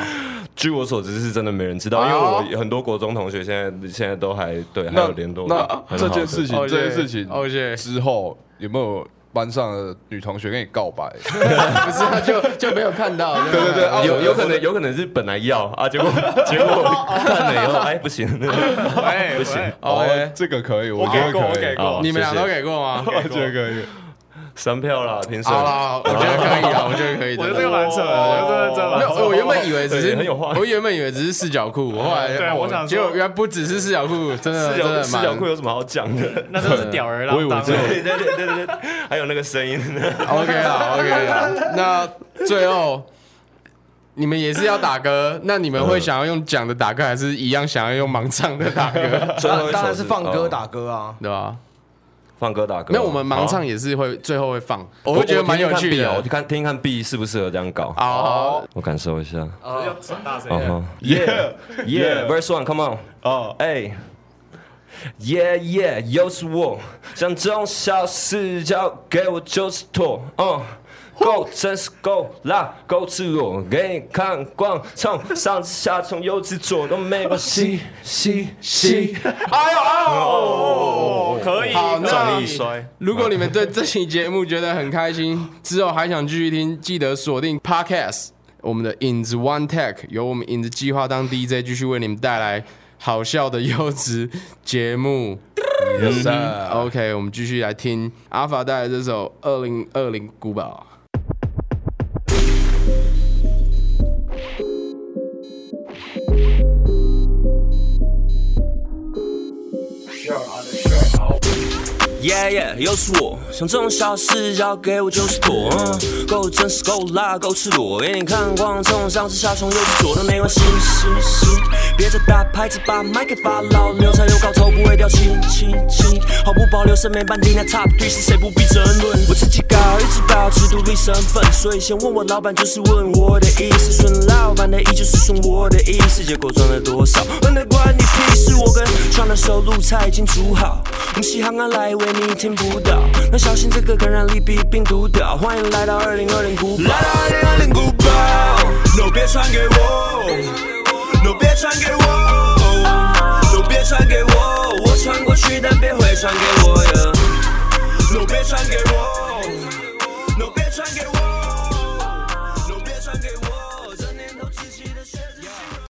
Speaker 3: 据我所知是真的没人知道，因
Speaker 1: 哦
Speaker 3: 为我很多国中同学现在现在都还对还
Speaker 2: 那
Speaker 3: 有联络，
Speaker 2: 那
Speaker 3: 很
Speaker 2: 这
Speaker 3: 好
Speaker 2: 件
Speaker 3: 的
Speaker 2: 事情
Speaker 1: 哦，
Speaker 2: 这件
Speaker 1: 谢
Speaker 2: 事情
Speaker 1: 哦谢
Speaker 2: 之后有没有班上的女同学跟你告
Speaker 6: [LAUGHS]
Speaker 2: 白？
Speaker 1: 不是，他就就没有看到。对
Speaker 2: 对对，啊
Speaker 3: 有有可能有可能是本来要啊，结果结果看了以后，哎不行，
Speaker 6: 喂，
Speaker 3: 不行
Speaker 6: 喂
Speaker 2: 哦，
Speaker 1: ，OK，
Speaker 2: 这个可以，我觉
Speaker 6: 给
Speaker 2: 得
Speaker 6: 哎过，我
Speaker 2: 可
Speaker 6: 给
Speaker 2: [LAUGHS] 以，
Speaker 6: 过
Speaker 3: 好，
Speaker 1: 你们俩
Speaker 3: 谢谢
Speaker 1: 都给过吗？
Speaker 2: 我觉得可以。
Speaker 3: 三票啦，评审。
Speaker 1: 好啦，我觉得可以啊，我觉得可以。
Speaker 6: 我觉得这个蛮扯的，我觉得这个真的
Speaker 1: 没
Speaker 6: 蛮
Speaker 1: 有，
Speaker 6: 扯的。
Speaker 1: 我原本以为只是
Speaker 3: 哦对很有画面
Speaker 1: 我原本以为只是四角裤，我后来
Speaker 6: 对我想说
Speaker 1: 结果原来不只是四角裤，真的真
Speaker 3: 四角
Speaker 1: 的
Speaker 3: 四角裤
Speaker 1: 蛮
Speaker 3: 有什么好讲
Speaker 6: [LAUGHS]
Speaker 3: 的？
Speaker 6: 那真的是屌儿郎
Speaker 2: 我以为
Speaker 6: 当
Speaker 2: 只有
Speaker 6: 欸 [LAUGHS]
Speaker 3: 对对对对对对，还有那个声音，
Speaker 1: OK
Speaker 3: [LAUGHS]
Speaker 1: 啦 OK 啦。那最后你们也是要打歌，那你
Speaker 3: 嗯
Speaker 1: 们会想要用讲的打歌，还是一样想要用盲唱的打歌？ [LAUGHS]
Speaker 3: 最后一首
Speaker 4: 当然是放歌
Speaker 3: 哦
Speaker 4: 打歌啊。
Speaker 1: 对吧？
Speaker 3: 放歌打歌。
Speaker 1: 没有，我们盲
Speaker 3: 好啊
Speaker 1: 唱，也是会最后会放，我会觉得蛮有趣的
Speaker 3: 我
Speaker 1: 啊
Speaker 3: 听。看 B 哦我看听看 B 适不适合这样搞，
Speaker 1: 好，
Speaker 3: 我感受一下。
Speaker 6: 要转大声一点
Speaker 3: 哦，Yeah Yeah Verse One Come On，哦，哎。Yeah yeah，又是我，像这种小事交给我就是妥，嗯，够真是够辣，够赤裸，给你看光，从上至下，从右至左都没关系，吸吸，
Speaker 1: 哎呦哎呦！
Speaker 6: 哦，可以，
Speaker 1: 好，
Speaker 6: 转
Speaker 1: 那
Speaker 6: 力摔。
Speaker 1: 如果你们对这期节目觉得很开心，之后还想继续听，记得锁定 Podcast 我们的影子 One Tech，由我们影子计划当 DJ 继续为你们带来。好笑的优质节目。嗯
Speaker 2: Yes, sir
Speaker 1: OK，我们继续来听阿法带来这首《二零二零古堡》。
Speaker 5: 耶耶，又是我，像这种小事交给我就是妥，嗯，够真实，够辣，够赤裸，给你看光，这种上是下从右是左都没关系，是是，别再打拍子，把麦给发牢，牛叉又高潮不会掉漆漆漆，毫不保留审美半定那 top three 是谁不必争论，我自己搞，一直保持独立身份，所以先问我老板就是问我的意思，顺老板的意就是顺我的意思，结果赚了多少，嗯，那关你屁事，我跟创的收入菜已经煮好，我们嘻哈啊来。以为你听不到，那小心这个感染力比病毒屌。欢迎来到二零二零古堡，来到二零二零古堡，no 别传给我，no 别传给我，no 别传给我，我传过去但别回传给我。